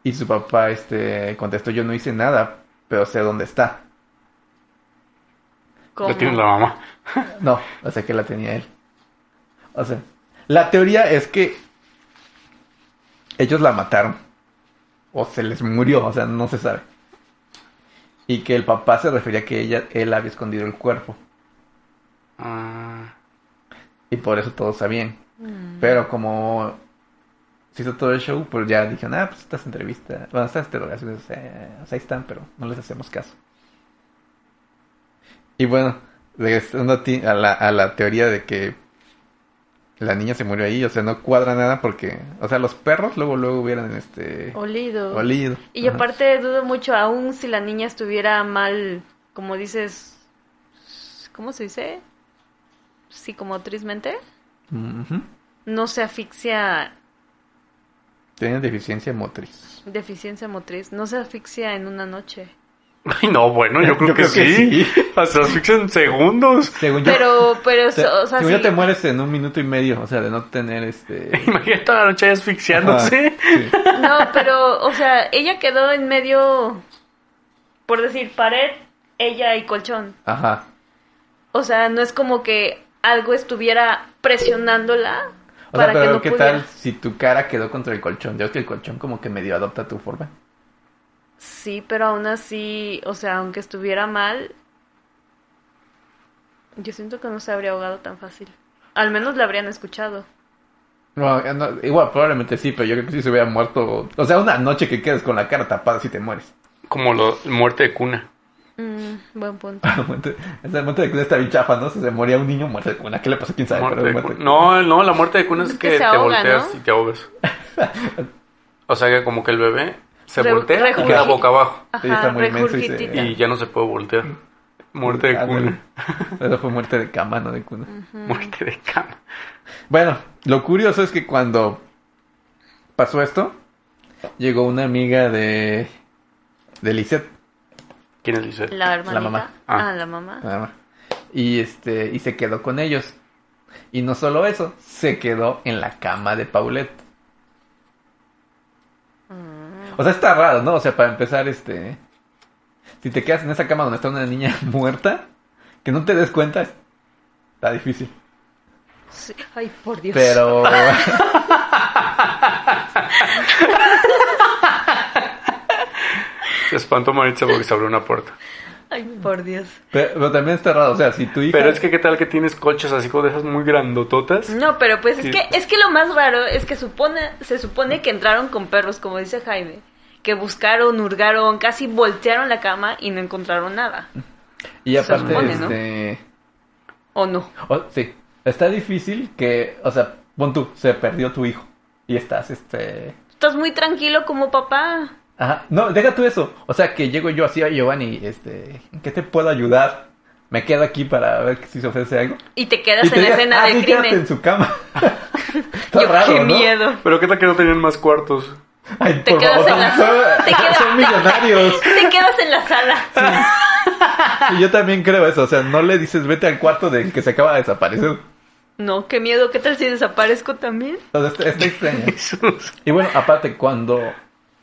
Speaker 2: Y su papá este, contestó, yo no hice nada, pero sé dónde está.
Speaker 1: Como...
Speaker 3: La tiene la mamá.
Speaker 2: No, o sea que la tenía él. O sea, la teoría es que ellos la mataron. O se les murió, o sea, no se sabe. Y que el papá se refería a que ella, él había escondido el cuerpo.
Speaker 3: Ah, (laughs)
Speaker 2: Y por eso todos sabían.
Speaker 1: Mm.
Speaker 2: Pero como se hizo todo el show, pues ya dijeron, ah, pues estas entrevistas, bueno, estas interrogaciones, eh, o sea, ahí están, pero no les hacemos caso. Y bueno, regresando a, ti- a la, a la teoría de que la niña se murió ahí, o sea, no cuadra nada porque, o sea, los perros luego, luego hubieran, este,
Speaker 1: Olido.
Speaker 2: olido.
Speaker 1: Y
Speaker 2: Ajá.
Speaker 1: aparte dudo mucho, aún si la niña estuviera mal, como dices, ¿cómo se dice? Psicomotrizmente,
Speaker 2: Ujú.
Speaker 1: no se asfixia,
Speaker 2: Tienen deficiencia motriz.
Speaker 1: deficiencia motriz, no se asfixia en una noche.
Speaker 3: Ay, no, bueno,
Speaker 2: (laughs)
Speaker 3: yo creo, que, sí. (laughs) Hasta asfixia en segundos. (laughs)
Speaker 2: Según yo,
Speaker 1: Pero, pero,
Speaker 2: te,
Speaker 1: o sea, sí,
Speaker 2: según yo te mueres en un minuto y medio, o sea, de no tener este...
Speaker 3: (laughs) Imagínate toda la noche ahí asfixiándose.
Speaker 2: Ajá, sí.
Speaker 1: no, pero, o sea, ella quedó en medio, por decir, pared, ella y colchón.
Speaker 2: Ajá.
Speaker 1: O sea, no es como que algo estuviera presionándola
Speaker 2: O sea,
Speaker 1: para
Speaker 2: pero
Speaker 1: que no
Speaker 2: ¿qué
Speaker 1: pudiera.
Speaker 2: tal si tu cara quedó contra el colchón? Ya ves que el colchón como que medio adopta tu forma.
Speaker 1: Sí, pero aún así, o sea, aunque estuviera mal, yo siento que no se habría ahogado tan fácil. Al menos la habrían escuchado.
Speaker 2: No, eh, no, igual, probablemente sí, pero yo creo que si se hubiera muerto... O sea, una noche que quedes con la cara tapada si te mueres. (laughs)
Speaker 3: Como lo, muerte de cuna.
Speaker 1: Mm, buen punto.
Speaker 2: Entonces, el momento de que está bien chafa, ¿no? Si se moría un niño, muerte con una. ¿Qué le pasó? ¿Quién sabe?
Speaker 3: Muerte
Speaker 2: Pero
Speaker 3: de
Speaker 2: muerte-
Speaker 3: cuna. No, no, la muerte de cuna es,
Speaker 1: Es que
Speaker 3: que,
Speaker 1: se
Speaker 3: te
Speaker 1: ahoga,
Speaker 3: volteas
Speaker 1: ¿no?
Speaker 3: y te ahogas. O sea que como que el bebé se
Speaker 1: Re-
Speaker 3: voltea y
Speaker 1: rejuvenece.
Speaker 3: queda boca abajo.
Speaker 2: Sí, está
Speaker 1: Ajá,
Speaker 2: muy inmenso y se-
Speaker 1: regurgitita.
Speaker 3: Y ya no se puede voltear. Muerte de cuna.
Speaker 2: Eso Ah, fue muerte de cama, no de cuna.
Speaker 3: Muerte de cama.
Speaker 2: Bueno, lo curioso es que cuando pasó esto, llegó una amiga de, de Lisette,
Speaker 3: ¿Quién es Lisette?
Speaker 1: La hermanita.
Speaker 2: mamá.
Speaker 1: Ah,
Speaker 3: Ah.
Speaker 1: la mamá.
Speaker 2: nada más, y este, y se quedó con ellos. Y no solo eso, se quedó en la cama de Paulette.
Speaker 1: Mm.
Speaker 2: O sea, está raro, ¿no? O sea, para empezar, este, si te quedas en esa cama donde está una niña (laughs) muerta, que no te des cuenta, está difícil.
Speaker 1: Sí. Ay, por Dios. (laughs)
Speaker 2: Pero.
Speaker 3: Se espantó Maritza porque se abrió una puerta.
Speaker 1: Ay, por Dios.
Speaker 2: Pero, pero también está raro, o sea, si tu hija...
Speaker 3: Pero es que, ¿qué tal que tienes colchas así como de esas muy grandototas?
Speaker 1: No, pero pues es
Speaker 3: Sí.
Speaker 1: que, es que lo más raro es que supone, se supone que entraron con perros, como dice Jaime, que buscaron, hurgaron, casi voltearon la cama y no encontraron nada.
Speaker 2: Y
Speaker 1: se
Speaker 2: aparte,
Speaker 1: supone, ¿no?
Speaker 2: este...
Speaker 1: ¿O no?
Speaker 2: o- sí, está difícil que, o sea, pon tú, se perdió tu hijo. Y estás, este...
Speaker 1: Estás muy tranquilo como papá.
Speaker 2: Ajá, no, deja tú eso. O sea, que llego yo así a Giovanni, este... ¿En qué te puedo ayudar? Me quedo aquí para ver si se ofrece algo.
Speaker 1: Y te quedas en la
Speaker 2: digas,
Speaker 1: escena
Speaker 2: (laughs) "Ah,
Speaker 1: del
Speaker 2: sí, quédate
Speaker 1: crimen.
Speaker 2: en su
Speaker 1: (laughs)
Speaker 2: cama. está
Speaker 1: Yo,
Speaker 2: raro,
Speaker 1: qué
Speaker 2: ¿no?
Speaker 1: miedo.
Speaker 3: Pero ¿qué tal que no tenían más cuartos?
Speaker 2: Ay,
Speaker 1: Te
Speaker 2: por
Speaker 1: quedas
Speaker 2: favor,
Speaker 1: en la-
Speaker 2: (laughs)
Speaker 1: (laughs)
Speaker 2: son-
Speaker 1: te quedas-
Speaker 2: son
Speaker 1: (laughs)
Speaker 2: millonarios.
Speaker 1: Te quedas en la
Speaker 2: (laughs)
Speaker 1: sala.
Speaker 2: Y yo también creo eso, o sea, no le dices vete al cuarto del que se acaba de desaparecer.
Speaker 1: No, qué miedo. ¿Qué tal si desaparezco también?
Speaker 2: Entonces está,
Speaker 1: (laughs)
Speaker 2: está extraño.
Speaker 3: Jesús.
Speaker 2: Y bueno, aparte, cuando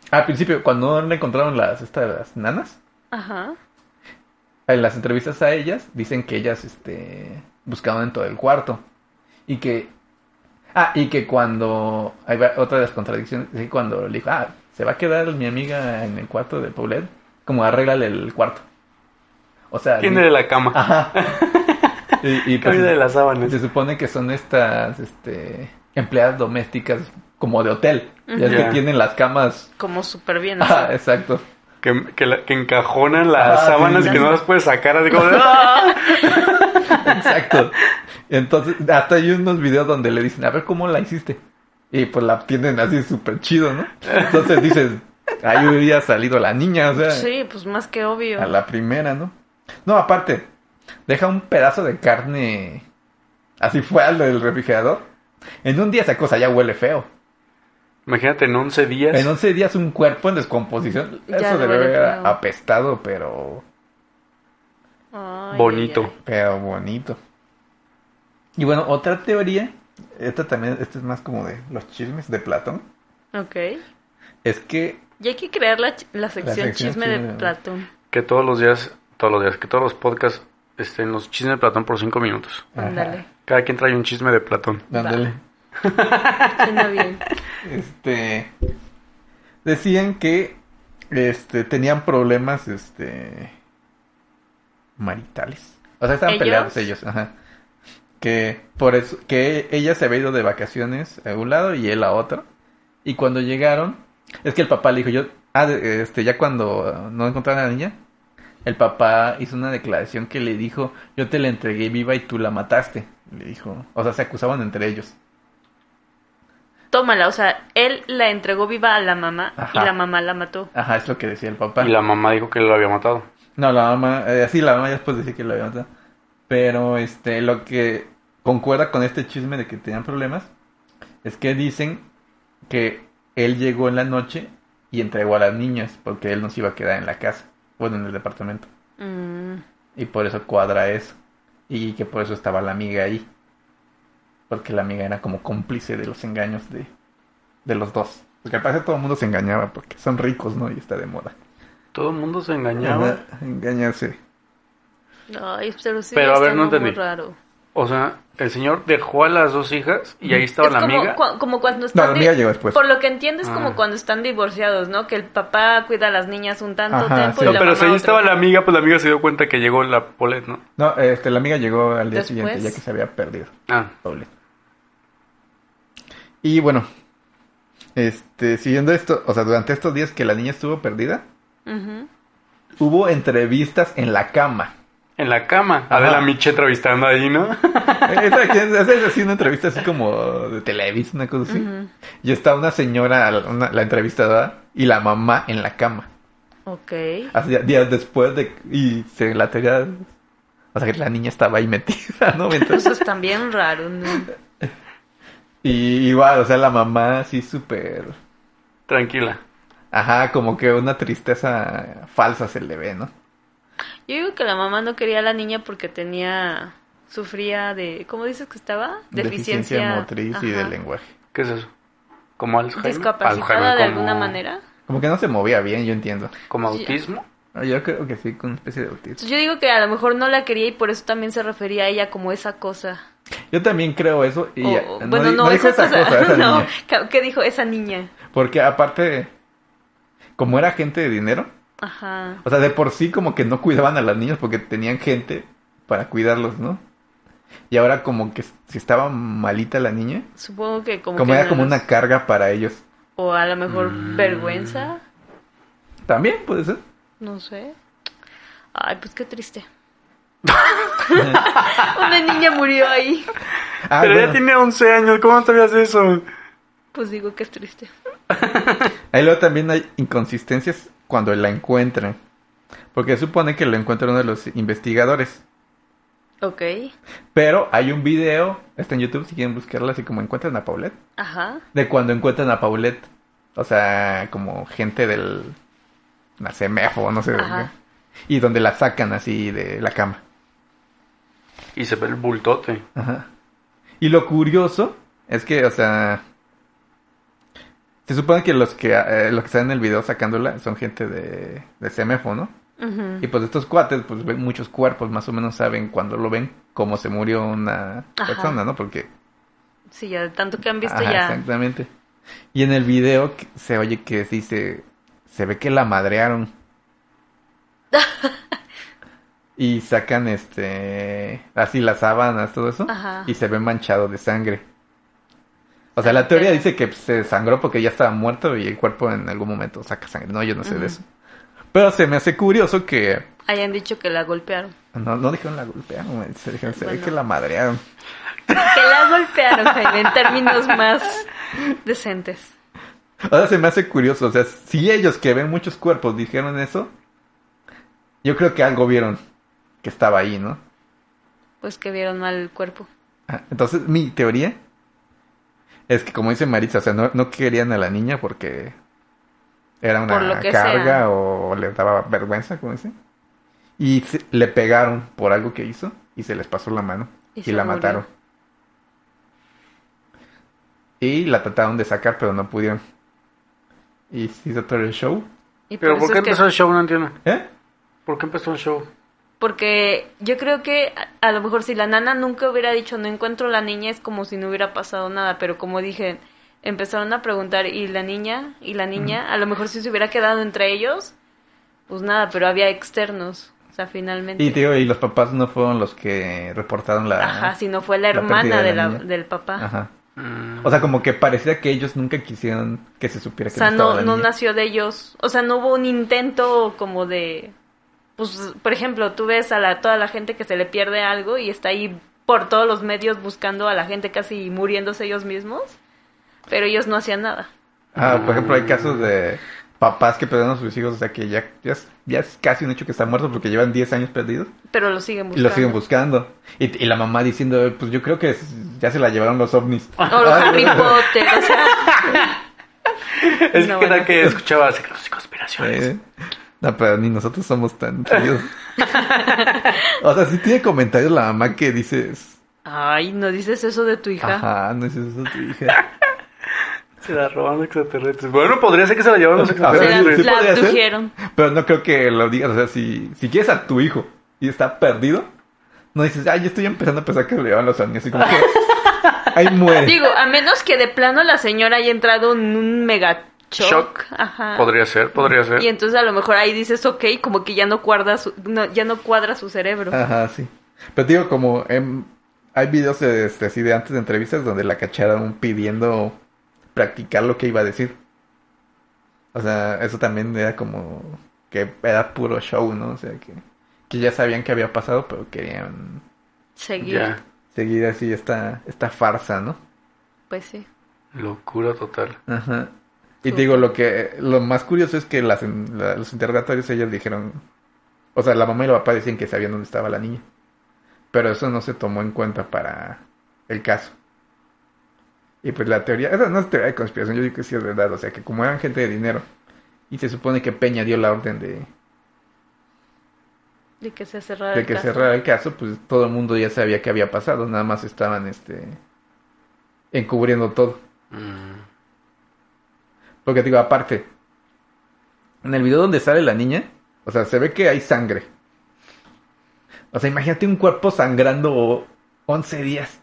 Speaker 2: al principio, cuando no le encontraron las, estas, las nanas,
Speaker 1: Ajá.
Speaker 2: en las entrevistas a ellas, dicen que ellas este, buscaban en todo el cuarto. Y que. Ah, y que cuando. Ahí va otra de las contradicciones. es que cuando le dijo, ah, se va a quedar mi amiga en el cuarto de Paulette, como arréglale el cuarto. O sea.
Speaker 3: ¿Quién
Speaker 2: di-
Speaker 3: de la cama? (laughs)
Speaker 2: Ajá. y, y, pues,
Speaker 3: Cambia de las sábanas.
Speaker 2: se supone que son estas este, empleadas domésticas como de hotel. Ya es que
Speaker 3: Ya.
Speaker 2: tienen las camas.
Speaker 1: Como súper bien. así.
Speaker 2: Ah, exacto.
Speaker 3: Que, que, la- que encajonan las
Speaker 2: Ah,
Speaker 3: sábanas
Speaker 2: sí.
Speaker 3: y que no las puedes sacar así como de, ¡Ah!
Speaker 2: Exacto. Entonces, hasta hay unos videos donde le dicen, a ver cómo la hiciste. Y pues la tienen así súper chido, ¿no? Entonces dices, ahí hubiera salido la niña, o sea,
Speaker 1: Sí, pues más que obvio.
Speaker 2: a la primera, ¿no? No, aparte, deja un pedazo de carne así fuera del refrigerador. En un día esa cosa ya huele feo.
Speaker 3: Imagínate en 11 días.
Speaker 2: En 11 días un cuerpo en descomposición.
Speaker 1: Ya
Speaker 2: Eso debe
Speaker 1: huele
Speaker 2: haber
Speaker 1: feo.
Speaker 2: apestado, pero,
Speaker 1: Ay,
Speaker 3: Bonito.
Speaker 1: ay, ay.
Speaker 2: pero bonito. Y bueno, otra teoría, esta también, esta es más como de los chismes de Platón,
Speaker 1: Ok.
Speaker 2: es que
Speaker 1: Y hay que crear la, ch- la sección
Speaker 2: sección
Speaker 1: chisme
Speaker 2: chisme,
Speaker 1: de
Speaker 2: ¿no?
Speaker 1: Platón.
Speaker 3: Que todos los días, todos los días, que todos los podcasts estén los chismes de Platón por 5 minutos.
Speaker 2: Ajá.
Speaker 1: Ándale.
Speaker 3: Cada quien trae un chisme de Platón.
Speaker 2: dándole,
Speaker 1: Suena bien.
Speaker 2: este, decían que este tenían problemas este maritales. O sea, estaban
Speaker 1: ¿Ellos?
Speaker 2: peleados ellos, ajá. Que por eso que ella se había ido de vacaciones a un lado y él a otro. Y cuando llegaron, es que el papá le dijo, yo ah, de- este ya cuando no encontraron a la niña, el papá hizo una declaración que le dijo, "Yo te la entregué viva y tú la mataste." Le dijo, o sea, se acusaban entre ellos.
Speaker 1: Tómala, o sea, él la entregó viva a la mamá
Speaker 2: Ajá.
Speaker 1: y la mamá la mató.
Speaker 2: Ajá, es lo que decía el papá.
Speaker 3: Y la mamá dijo que lo había matado.
Speaker 2: No, la mamá, eh, sí, la mamá ya después decía que lo había matado. Pero este, lo que concuerda con este chisme de que tenían problemas es que dicen que él llegó en la noche y entregó a las niñas porque él no se iba a quedar en la casa, bueno, en el departamento.
Speaker 1: Mm,
Speaker 2: Y por eso cuadra eso. Y que por eso estaba la amiga ahí. Porque la amiga era como cómplice de los engaños de, de los dos. Porque al parecer todo el mundo se engañaba porque son ricos, ¿no? Y está de moda.
Speaker 3: Todo el mundo se engañaba.
Speaker 2: Ajá, Engañarse.
Speaker 1: Ay, pero sí.
Speaker 3: Pero, a
Speaker 1: está
Speaker 3: ver, no
Speaker 1: muy
Speaker 3: entendí.
Speaker 1: Raro.
Speaker 3: O sea, el señor dejó a las dos hijas y ahí estaba
Speaker 1: Es
Speaker 3: la
Speaker 1: como,
Speaker 3: amiga.
Speaker 1: cua- como cuando
Speaker 2: No,
Speaker 1: están
Speaker 2: la
Speaker 1: di-
Speaker 2: amiga llegó después.
Speaker 1: Por lo que entiendo es como
Speaker 3: Ah.
Speaker 1: cuando están divorciados, ¿no? Que el papá cuida a las niñas un tanto
Speaker 2: Ajá,
Speaker 1: tiempo
Speaker 2: sí.
Speaker 1: y
Speaker 3: No,
Speaker 1: la
Speaker 3: pero
Speaker 1: mamá
Speaker 3: si ahí
Speaker 1: otro.
Speaker 3: estaba la amiga, pues la amiga se dio cuenta que llegó la Polet, ¿no?
Speaker 2: No, este, la amiga llegó al día
Speaker 1: Después.
Speaker 2: siguiente ya que se había perdido.
Speaker 3: Ah,
Speaker 2: Doble. Y bueno, este, siguiendo esto, o sea, durante estos días que la niña estuvo perdida,
Speaker 1: Ujú.
Speaker 2: hubo entrevistas en la cama. (laughs)
Speaker 3: en la cama.
Speaker 2: Ajá.
Speaker 3: A ver, la Miche entrevistando ahí, ¿no? (laughs)
Speaker 2: Esa esa es así una entrevista así como de Televisa, una cosa así.
Speaker 1: Ujú.
Speaker 2: Y está una señora, una- la entrevistadora, y la mamá en la cama.
Speaker 1: Ok.
Speaker 2: Así, días después de... Y se, la teoría O sea, que la niña estaba ahí metida, ¿no? Mientras-
Speaker 1: Eso es también raro, ¿no?
Speaker 2: y igual, o sea, la mamá así súper...
Speaker 3: Tranquila.
Speaker 2: Ajá, como que una tristeza falsa se le ve, ¿no?
Speaker 1: Yo digo que la mamá no quería a la niña porque tenía. Sufría de. ¿Cómo dices que estaba?
Speaker 2: Deficiencia, motriz y de
Speaker 1: ajá.
Speaker 2: lenguaje.
Speaker 3: ¿Qué es eso? ¿Como Alzheimer?
Speaker 1: Discapacitada
Speaker 3: Alzheimer
Speaker 1: de
Speaker 3: como-
Speaker 1: alguna manera.
Speaker 2: Como que no se movía bien, yo entiendo.
Speaker 3: ¿Como autismo?
Speaker 2: Ah, Yo creo que sí, con una especie de autismo.
Speaker 1: Entonces, yo digo que a lo mejor no la quería y por eso también se refería a ella como esa cosa.
Speaker 2: Yo también creo eso y...
Speaker 1: O-
Speaker 2: no
Speaker 1: Oh, bueno,
Speaker 2: di-
Speaker 1: no,
Speaker 2: no dijo
Speaker 1: esa,
Speaker 2: esa
Speaker 1: cosa.
Speaker 2: cosa,
Speaker 1: (laughs)
Speaker 2: esa
Speaker 1: no,
Speaker 2: niña.
Speaker 1: ca- ¿qué dijo esa niña?
Speaker 2: Porque aparte, como era gente de dinero,
Speaker 1: Ajá.
Speaker 2: o sea, de por sí como que no cuidaban a las niñas porque tenían gente para cuidarlos, ¿no? Y ahora como que si estaba malita la niña,
Speaker 1: Supongo que como.
Speaker 2: como,
Speaker 1: que
Speaker 2: era
Speaker 1: no
Speaker 2: como
Speaker 1: los-
Speaker 2: una Mm. carga para ellos.
Speaker 1: O a lo mejor vergüenza.
Speaker 2: También puede ser.
Speaker 1: No sé. Ay, pues qué triste.
Speaker 2: (laughs)
Speaker 1: (laughs) Una niña murió ahí.
Speaker 2: Ah,
Speaker 3: Pero
Speaker 2: bueno,
Speaker 3: ya tiene 11 años, ¿cómo sabías eso?
Speaker 1: Pues digo que es triste.
Speaker 2: Ahí luego también hay inconsistencias cuando la encuentran. Porque se supone que lo encuentra uno de los investigadores.
Speaker 1: Ok.
Speaker 2: Pero hay un video, está en YouTube si quieren buscarla, así como encuentran a Paulette.
Speaker 1: Ajá.
Speaker 2: De cuando encuentran a Paulette. O sea, como gente del... La CMF o no sé. de
Speaker 1: Ajá.
Speaker 2: dónde. Y donde la sacan así de la cama.
Speaker 3: Y se ve el bultote.
Speaker 2: Ajá. Y lo curioso es que, o sea... Se supone que los que, eh, los que están en el video sacándola son gente de, de CMFO, ¿no?
Speaker 1: Ujú.
Speaker 2: Y pues estos cuates, pues ven muchos cuerpos, más o menos saben cuando lo ven cómo se murió una
Speaker 1: Ajá.
Speaker 2: persona, ¿no? Porque...
Speaker 1: Sí, ya de tanto que han visto
Speaker 2: Ajá,
Speaker 1: ya.
Speaker 2: Exactamente. Y en el video que- se oye que dice, se ve que la
Speaker 1: (laughs)
Speaker 2: madrearon. y sacan este, así las sábanas, todo eso,
Speaker 1: Ajá.
Speaker 2: y se ve manchado de sangre. O sea, la teoría dice que pues, se sangró porque ya estaba muerto y el cuerpo en algún momento saca sangre. No, yo no sé
Speaker 1: Ujú.
Speaker 2: de eso. Pero se me hace curioso que...
Speaker 1: Hayan dicho que la golpearon. (laughs)
Speaker 2: No, no dijeron la golpearon, güey, se dijeron, se ve
Speaker 1: Bueno.
Speaker 2: que la madrearon.
Speaker 1: Que la golpearon, Jaime, en términos más decentes.
Speaker 2: Ahora se me hace curioso, o sea, si ellos que ven muchos cuerpos dijeron eso, yo creo que algo vieron que estaba ahí, ¿no?
Speaker 1: Pues que vieron mal el cuerpo.
Speaker 2: Ah, Entonces, mi teoría es que, como dice Marisa, o sea, no, no querían a la niña porque era
Speaker 1: Por lo
Speaker 2: una
Speaker 1: que
Speaker 2: carga
Speaker 1: sea.
Speaker 2: o les daba vergüenza, como dice. Y se- le pegaron por algo que hizo y se les pasó la mano
Speaker 1: Y
Speaker 2: y,
Speaker 1: se
Speaker 2: la
Speaker 1: murió.
Speaker 2: mataron. Y la trataron de sacar, pero no pudieron. Y se hizo todo el show.
Speaker 1: Y
Speaker 3: ¿Pero
Speaker 1: por
Speaker 3: por
Speaker 1: eso
Speaker 3: qué
Speaker 1: es que-
Speaker 3: empezó el show? No entiendo.
Speaker 2: ¿Eh?
Speaker 3: ¿Por qué empezó el show?
Speaker 1: Porque yo creo que a- a lo mejor si la nana nunca hubiera dicho no encuentro la niña es como si no hubiera pasado nada, pero como dije, empezaron a preguntar y la niña y la niña, a lo mejor si se hubiera quedado entre ellos, pues nada, pero había externos, o sea, finalmente.
Speaker 2: Y te digo, y los papás no fueron los que reportaron la...
Speaker 1: Ajá, si no fue la
Speaker 2: la pérdida
Speaker 1: hermana
Speaker 2: de
Speaker 1: de
Speaker 2: la
Speaker 1: la,
Speaker 2: niña.
Speaker 1: del papá.
Speaker 2: Ajá.
Speaker 3: Mm.
Speaker 2: O sea, como que parecía que ellos nunca quisieron que se supiera
Speaker 1: O
Speaker 2: que
Speaker 1: sea,
Speaker 2: estaba
Speaker 1: no,
Speaker 2: la
Speaker 1: no
Speaker 2: niña.
Speaker 1: nació de ellos. O sea, no hubo un intento como de... Pues, por ejemplo, tú ves a la, toda la gente que se le pierde algo y está ahí por todos los medios buscando a la gente casi muriéndose ellos mismos, pero ellos no hacían nada.
Speaker 2: Ah, por ejemplo, hay casos de papás que perdieron a sus hijos, o sea, que ya, ya, es, ya es casi un hecho que están muertos porque llevan 10 años perdidos
Speaker 1: Pero lo siguen
Speaker 2: y
Speaker 1: buscando.
Speaker 2: lo siguen buscando. Y, y la mamá diciendo, "Eh, pues yo creo que es- ya se la llevaron
Speaker 1: (laughs)
Speaker 2: los ovnis. Ah,
Speaker 1: O los Harry Potter, o sea, (laughs)
Speaker 3: Es
Speaker 1: No,
Speaker 3: que era
Speaker 1: bueno.
Speaker 3: que escuchaba secretos y conspiraciones.
Speaker 2: Eh, No, pero ni nosotros somos tan chidos. o sea, sí tiene comentarios la mamá que dices,
Speaker 1: ay, no dices eso de tu hija.
Speaker 2: ajá, no es eso tu hija.
Speaker 3: Se la robaron extraterrestres. Bueno, podría ser que se la llevaron los
Speaker 2: (laughs) A
Speaker 1: Se la,
Speaker 2: ver, sí
Speaker 3: extraterrestres.
Speaker 1: la
Speaker 2: podría ser. (laughs)
Speaker 1: abdujeron.
Speaker 2: Pero no creo que lo digas, o sea, si, si quieres a tu hijo y está perdido, no dices, ay, yo estoy empezando a pensar que le llevan los años, así como que ahí muere.
Speaker 1: Digo, a menos que de plano la señora haya entrado en un mega shock.
Speaker 3: Shock.
Speaker 1: Ajá.
Speaker 3: Podría ser, podría ser.
Speaker 1: Y entonces a lo mejor ahí dices, ok, como que ya no cuadra su, no, ya no cuadra su cerebro.
Speaker 2: Ajá, sí. Pero digo, como em, hay videos este, así de antes de entrevistas donde la cacharon pidiendo practicar lo que iba a decir. O sea, eso también era como que era puro show, ¿no? O sea, que, que ya sabían que había pasado, pero querían
Speaker 1: Seguir.
Speaker 3: Ya,
Speaker 2: seguir así esta, esta farsa, ¿no?
Speaker 1: Pues sí.
Speaker 3: locura total.
Speaker 2: Ajá. Y
Speaker 1: Súper.
Speaker 2: te digo, lo que lo más curioso es que las, en- la- los interrogatorios ellos dijeron, o sea, la mamá y el papá decían que sabían dónde estaba la niña. Pero eso no se tomó en cuenta para el caso. Y pues la teoría, esa no es teoría de conspiración, yo digo que sí es verdad, o sea que como eran gente de dinero, y se supone que Peña dio la orden de,
Speaker 1: De que se cerrara
Speaker 2: de
Speaker 1: el
Speaker 2: que
Speaker 1: caso.
Speaker 2: cerrara el caso, pues todo el mundo ya sabía que había pasado, nada más estaban este encubriendo todo.
Speaker 3: Mm.
Speaker 2: Porque te digo, aparte, en el video donde sale la niña, o sea, se ve que hay sangre. O sea, imagínate un cuerpo sangrando 11 días.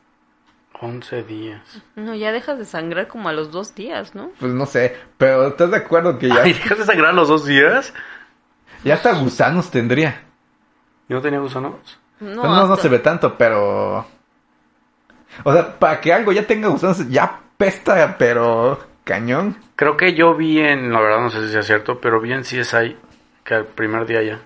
Speaker 3: 11 días.
Speaker 1: No, ya dejas de sangrar como a los dos días, ¿no?
Speaker 2: Pues no sé, pero ¿estás de acuerdo que ya,
Speaker 3: Ay, ¿dejaste de sangrar los dos días?
Speaker 2: ya hasta gusanos tendría?
Speaker 3: Yo no tenía gusanos.
Speaker 1: No,
Speaker 2: No, Pues no, no
Speaker 1: hasta-
Speaker 2: se ve tanto, pero... O sea, para que algo ya tenga gusanos, ya pesta, pero cañón.
Speaker 3: Creo que yo vi en, la verdad no sé si sea cierto, pero vi en CSI que el primer día ya.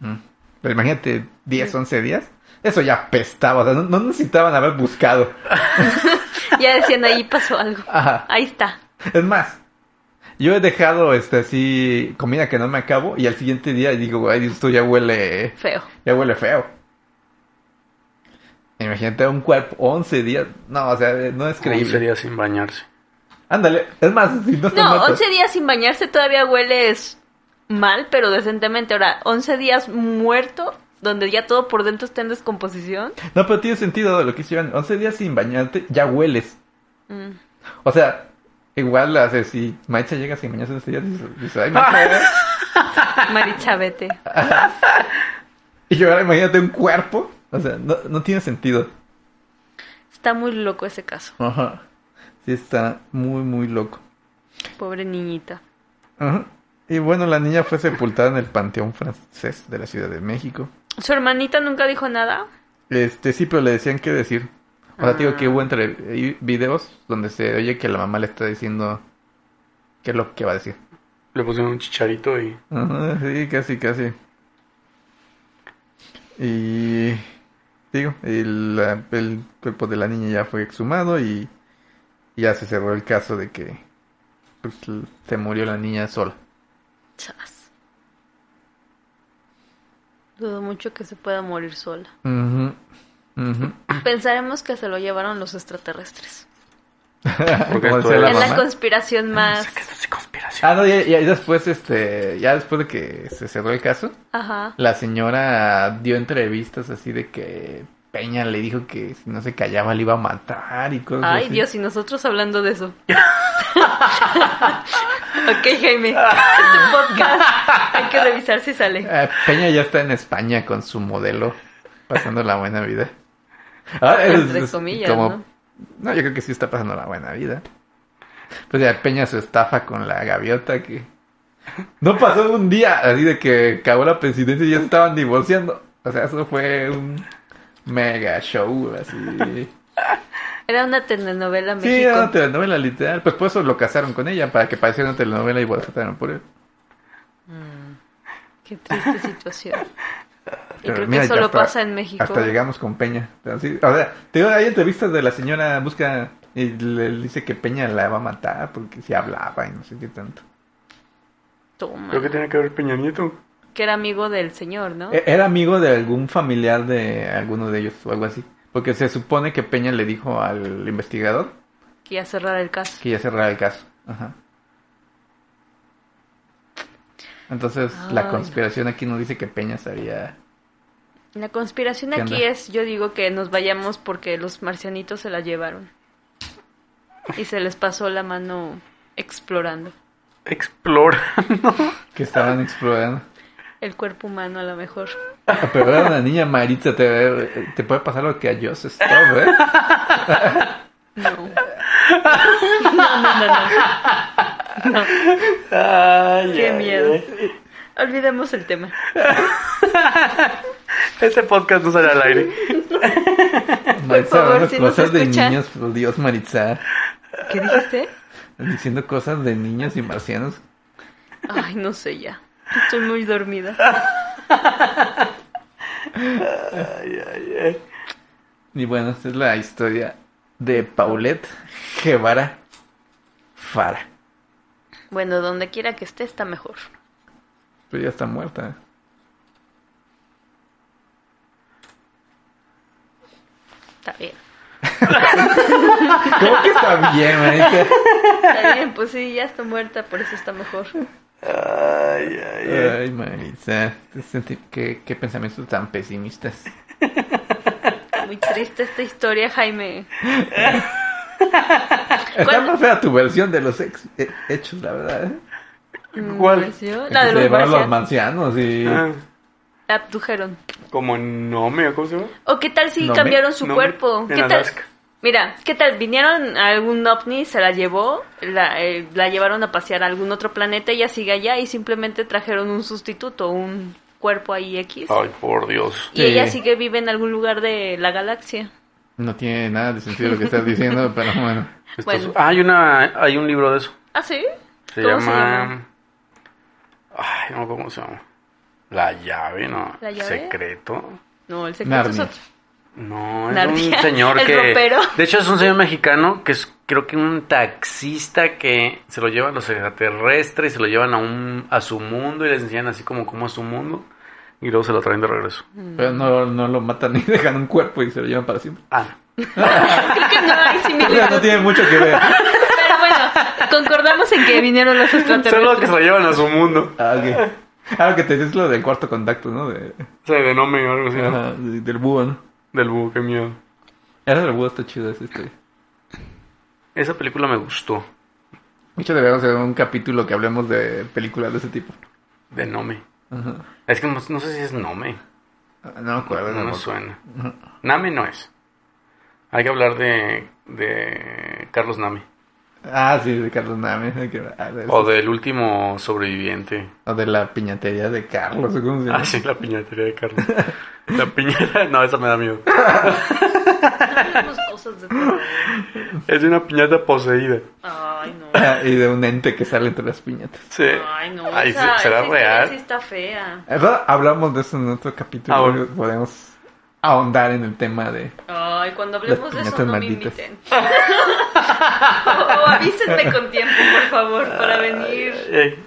Speaker 2: Mm. Pero imagínate, 10, 11 días. Eso ya pestaba, o sea, no, no necesitaban haber buscado.
Speaker 1: (laughs) Ya decían, ahí pasó algo.
Speaker 2: Ajá.
Speaker 1: Ahí está.
Speaker 2: Es más, yo he dejado este así comida que no me acabo y al siguiente día digo, ay, esto ya huele,
Speaker 1: Feo.
Speaker 2: ya huele feo. Imagínate un cuerpo 11 días. No, o sea, no es
Speaker 3: 11
Speaker 2: creíble.
Speaker 3: días sin bañarse.
Speaker 2: Ándale, es más, si no estás
Speaker 1: No,
Speaker 2: muerto.
Speaker 1: 11 días sin bañarse todavía hueles mal, pero decentemente. Ahora, 11 días muerto, donde ya todo por dentro está en descomposición.
Speaker 2: No, pero tiene sentido lo que hicieron. 11 días sin bañarte, ya hueles.
Speaker 1: Mm.
Speaker 2: O sea, igual, o sea, si Maicha llega sin bañarse 11 días, dices, dices, ay, Maicha.
Speaker 1: Marichavete.
Speaker 2: Y yo ahora imagínate un cuerpo. O sea, no, no tiene sentido.
Speaker 1: Está muy loco ese caso.
Speaker 2: Ajá. Sí, está muy, muy loco.
Speaker 1: Pobre niñita.
Speaker 2: Ajá. Y bueno, la niña fue sepultada en el Panteón Francés de la Ciudad de México.
Speaker 1: ¿Su hermanita nunca dijo nada?
Speaker 2: Este, sí, pero le decían qué decir. O sea, te digo que
Speaker 1: Ah.
Speaker 2: hubo entre hay videos donde se oye que la mamá le está diciendo qué es lo que va a decir.
Speaker 3: Le pusieron un chicharito y...
Speaker 2: Ajá, sí, casi, casi. Y digo, el, la- el cuerpo de la niña ya fue exhumado y ya se cerró el caso de que pues, se murió la niña sola.
Speaker 1: Chas. Dudo mucho que se pueda morir sola.
Speaker 2: Ujú, ujú.
Speaker 1: Pensaremos que se lo llevaron los extraterrestres.
Speaker 3: Porque
Speaker 2: Como
Speaker 3: esto
Speaker 2: decía
Speaker 3: ¿La
Speaker 1: es la
Speaker 2: mamá.
Speaker 1: conspiración más.
Speaker 3: Es conspiración.
Speaker 2: Ah, no, y, y después, este, ya después de que se cerró el caso,
Speaker 1: Ajá.
Speaker 2: la señora dio entrevistas así de que Peña le dijo que si no se callaba le iba a matar y cosas
Speaker 1: Ay,
Speaker 2: así.
Speaker 1: Dios, y nosotros hablando de
Speaker 2: (laughs)
Speaker 1: eso. ok, Jaime. Es un podcast. Hay que revisar si sale.
Speaker 2: Eh, Peña ya está en España con su modelo, pasando la buena vida. Ah, es-
Speaker 1: Entre
Speaker 2: es
Speaker 1: comillas, ¿no?
Speaker 2: No, yo creo que sí está pasando la buena vida. Pues ya Peña se estafa con la gaviota que... No pasó un día así de que acabó la presidencia y ya se estaban divorciando. O sea, eso fue un mega show, así.
Speaker 1: Era una telenovela
Speaker 2: Sí, era una
Speaker 1: México.
Speaker 2: telenovela literal. Pues por eso lo casaron con ella, para que pareciera una telenovela y votaron por él.
Speaker 1: Mm, Qué triste situación. Y
Speaker 2: Pero
Speaker 1: creo
Speaker 2: mira,
Speaker 1: que
Speaker 2: ya
Speaker 1: eso lo
Speaker 2: hasta-
Speaker 1: pasa en México.
Speaker 2: Hasta llegamos con Peña. Así- o sea, te digo, hay entrevistas de la señora busca y le dice que Peña la va a matar porque si hablaba y no sé qué tanto.
Speaker 1: Toma.
Speaker 3: Creo que tiene que ver Peña Nieto.
Speaker 1: Que era amigo del señor, ¿no?
Speaker 2: E- Era amigo de algún familiar de alguno de ellos o algo así. Porque se supone que Peña le dijo al investigador
Speaker 1: Que ya cerrara el caso.
Speaker 2: que ya cerrara el caso. Ajá. Entonces,
Speaker 1: Ay,
Speaker 2: la
Speaker 1: no.
Speaker 2: conspiración aquí no dice que Peña sabía.
Speaker 1: La conspiración
Speaker 2: ¿Qué
Speaker 1: aquí
Speaker 2: onda?
Speaker 1: es, yo digo que nos vayamos porque los marcianitos se la llevaron. Y se les pasó la mano explorando.
Speaker 3: Explora.
Speaker 2: que estaban explorando.
Speaker 1: El cuerpo humano a lo mejor.
Speaker 2: Pero era una niña Maritza, te, te puede pasar lo que a Joss Stone, ¿eh?
Speaker 1: (laughs) No. No, no, no, no.
Speaker 3: Ay,
Speaker 1: Qué
Speaker 3: ay,
Speaker 1: miedo.
Speaker 3: ay.
Speaker 1: Olvidemos el tema.
Speaker 3: Este podcast no sale al aire.
Speaker 2: Maritza
Speaker 1: favor,
Speaker 2: hablando
Speaker 1: si nos
Speaker 2: cosas de
Speaker 1: escucha.
Speaker 2: niños, por Dios, Maritza.
Speaker 1: ¿Qué dijiste?
Speaker 2: Diciendo cosas de niños y marcianos.
Speaker 1: Ay, no sé ya. Estoy muy dormida.
Speaker 2: Y bueno, esta es la historia de Paulette Guevara Fara.
Speaker 1: Bueno, donde quiera que esté está mejor.
Speaker 2: Pero ya está muerta.
Speaker 1: Está bien.
Speaker 2: ¿Cómo que está bien, manita?
Speaker 1: Está bien, pues sí, ya está muerta, por eso está mejor.
Speaker 3: Ay, ay, ay.
Speaker 2: Ay, manita. Te sentí- Qué, qué pensamientos tan pesimistas.
Speaker 1: Muy triste esta historia, Jaime.
Speaker 2: Está más fea tu versión de los ex- he- hechos, la verdad. ¿eh?
Speaker 3: ¿Cuál?
Speaker 1: ¿Me pareció?
Speaker 2: Que
Speaker 1: Mm, La de
Speaker 2: se
Speaker 1: los
Speaker 2: llevaron los
Speaker 1: marcianos.
Speaker 2: marcianos y...
Speaker 3: Ah,
Speaker 1: La abdujeron.
Speaker 3: como no me, ¿cómo se llama?
Speaker 1: ¿O qué tal si
Speaker 2: No me-
Speaker 1: cambiaron su
Speaker 3: no me-
Speaker 1: cuerpo?
Speaker 3: en
Speaker 1: ¿Qué tal?
Speaker 3: Alaska.
Speaker 1: Mira, ¿qué tal? Vinieron a algún ovni, se la llevó, la, eh, la llevaron a pasear a algún otro planeta, ella sigue allá y simplemente trajeron un sustituto, un cuerpo ahí X.
Speaker 3: Ay, por Dios.
Speaker 1: Y ella
Speaker 2: Sí.
Speaker 1: sigue vive en algún lugar de la galaxia.
Speaker 2: No tiene nada de sentido lo que estás diciendo, pero bueno.
Speaker 3: Estás-
Speaker 1: Bueno.
Speaker 3: Ah, hay, una, hay un libro de eso.
Speaker 1: ¿Ah, sí?
Speaker 3: Se
Speaker 1: ¿Cómo
Speaker 3: llama...
Speaker 1: se llama?
Speaker 3: Ay, no, ¿cómo se llama? La llave, ¿no?
Speaker 1: ¿La llave?
Speaker 3: Secreto.
Speaker 1: No, el secreto es
Speaker 2: Narnia.
Speaker 1: otro.
Speaker 3: No, es
Speaker 1: Narnia,
Speaker 3: un señor
Speaker 1: el
Speaker 3: que...
Speaker 1: ropero.
Speaker 3: De hecho, es un señor mexicano que es, creo que un taxista que se lo llevan los extraterrestres, se lo llevan a, un, a su mundo y les enseñan así como cómo es su mundo y luego se lo traen de regreso.
Speaker 2: Pero no, no lo matan ni (laughs) dejan un cuerpo y se lo llevan para siempre.
Speaker 3: Ah,
Speaker 1: Creo que no hay
Speaker 2: (laughs) Mira, no
Speaker 1: similitud.
Speaker 2: tiene mucho que ver.
Speaker 1: Pero bueno, concordamos en que vinieron los
Speaker 3: solo que (laughs)
Speaker 1: extraterrestres.
Speaker 3: se lo llevan a su mundo.
Speaker 2: Ah, ok. Ah, lo que te dices lo del cuarto contacto, ¿no? De,
Speaker 3: O sea, de nombre o algo así. ¿no?
Speaker 2: ajá, de- del búho, ¿no?
Speaker 3: Del búho, qué miedo.
Speaker 2: Era del búho, está chido esa historia.
Speaker 3: Esa película me gustó.
Speaker 2: De hecho, deberíamos hacer un capítulo que hablemos de películas de ese tipo.
Speaker 3: De Nome.
Speaker 2: Ajá.
Speaker 3: Es que no, no sé si es Nome.
Speaker 2: Ah, No me acuerdo. no
Speaker 3: No me
Speaker 2: me acuerdo.
Speaker 3: suena. Name no es. Hay que hablar de, de Carlos Name.
Speaker 2: Ah, sí, de Carlos Name. hay que- ah, de-
Speaker 3: O del último sobreviviente.
Speaker 2: o de la piñatería de Carlos, ¿o ¿cómo se llama?
Speaker 3: Ah, sí, la piñatería de Carlos. La piñata, no, esa me da miedo.
Speaker 1: Hablamos cosas de terror.
Speaker 3: Es de una piñata poseída.
Speaker 1: Ay, no.
Speaker 2: Ah, y de un ente que sale entre las piñatas.
Speaker 3: Sí.
Speaker 1: Ay, no.
Speaker 3: Ay,
Speaker 1: esa- esa historia
Speaker 3: ¿Será
Speaker 1: Sí
Speaker 3: real?
Speaker 1: está fea.
Speaker 2: Eso hablamos de eso en otro capítulo.
Speaker 3: Ah, bueno.
Speaker 2: Podemos ahondar en el tema de...
Speaker 1: Ay, cuando hablemos de
Speaker 2: Las
Speaker 1: eso no
Speaker 2: piñatas
Speaker 1: me (laughs) inviten. o, o avísenme con tiempo, por favor, para venir
Speaker 3: Eh,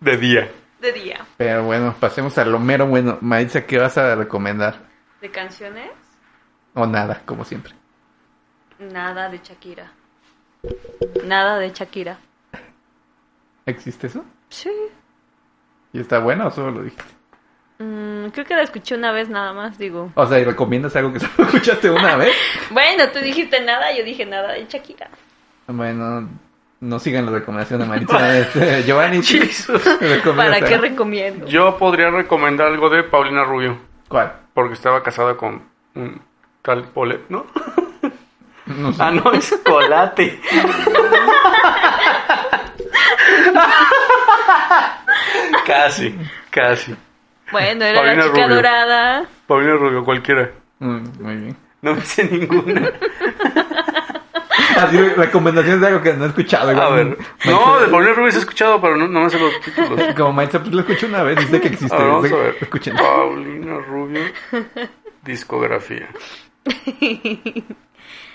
Speaker 3: de día.
Speaker 1: de día.
Speaker 2: Pero bueno, pasemos a lo mero bueno. Maritza, ¿qué vas a recomendar?
Speaker 1: ¿De canciones?
Speaker 2: O nada, como siempre.
Speaker 1: Nada de Shakira. Nada de Shakira.
Speaker 2: ¿Existe eso?
Speaker 1: Sí.
Speaker 2: ¿Y está bueno o solo lo dijiste?
Speaker 1: Mm, creo que la escuché una vez nada más, digo.
Speaker 2: O sea, ¿y recomiendas algo que (laughs) solo escuchaste una vez?
Speaker 1: Bueno, tú dijiste nada, yo dije nada de Shakira.
Speaker 2: Bueno, no sigan la recomendación de
Speaker 3: (laughs)
Speaker 2: Maritza. Este, Giovanni, (laughs) ¿recomiendas
Speaker 1: ¿Para qué
Speaker 2: algo?
Speaker 1: recomiendo?
Speaker 3: Yo podría recomendar algo de Paulina Rubio.
Speaker 2: ¿Cuál?
Speaker 3: Porque estaba casada con un tal Polet, ¿no?
Speaker 2: No sé.
Speaker 3: Ah, no, es colate. (laughs) casi, casi.
Speaker 1: Bueno, era
Speaker 3: Paulina
Speaker 1: la chica
Speaker 3: Rubio.
Speaker 1: dorada.
Speaker 3: Paulina Rubio, cualquiera.
Speaker 2: Mm, muy bien.
Speaker 3: No me sé ninguna.
Speaker 2: Así, recomendaciones de algo que no he escuchado. (laughs)
Speaker 3: A
Speaker 2: igual,
Speaker 3: ver.
Speaker 2: Maritza-
Speaker 3: No, de Paulina Rubio sí he escuchado, pero no, no me sé
Speaker 2: (laughs)
Speaker 3: los títulos.
Speaker 2: Como Maritza, pues lo escuché una vez, dice que existe.
Speaker 3: A ver, Ah, vamos
Speaker 2: dice-
Speaker 3: a ver.
Speaker 2: Escuchen.
Speaker 3: Paulina Rubio, discografía.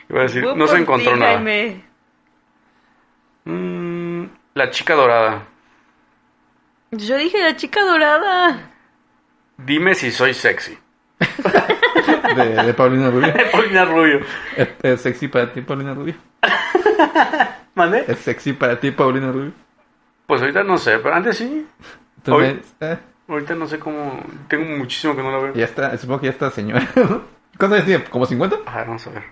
Speaker 3: Iba a decir,
Speaker 1: Voy
Speaker 3: no se
Speaker 1: por
Speaker 3: encontró
Speaker 1: ti,
Speaker 3: nada.
Speaker 1: Jaime.
Speaker 3: Mm, la chica dorada.
Speaker 1: Yo dije la chica dorada.
Speaker 3: Dime si soy sexy. (laughs)
Speaker 2: De, de Paulina Rubio.
Speaker 3: Paulina Rubio.
Speaker 2: ¿Es, es sexy para ti, Paulina Rubio?
Speaker 3: ¿Mande?
Speaker 2: ¿Es sexy para ti, Paulina Rubio?
Speaker 3: Pues ahorita no sé, pero antes sí.
Speaker 2: ¿Tú
Speaker 3: Hoy-
Speaker 2: ves? Eh,
Speaker 3: Ahorita no sé cómo. Tengo muchísimo que no la veo.
Speaker 2: ya está, supongo que ya está señora. ¿no? ¿Cuántos años tiene? ¿Como 50?
Speaker 3: A ver, Ah, vamos a ver.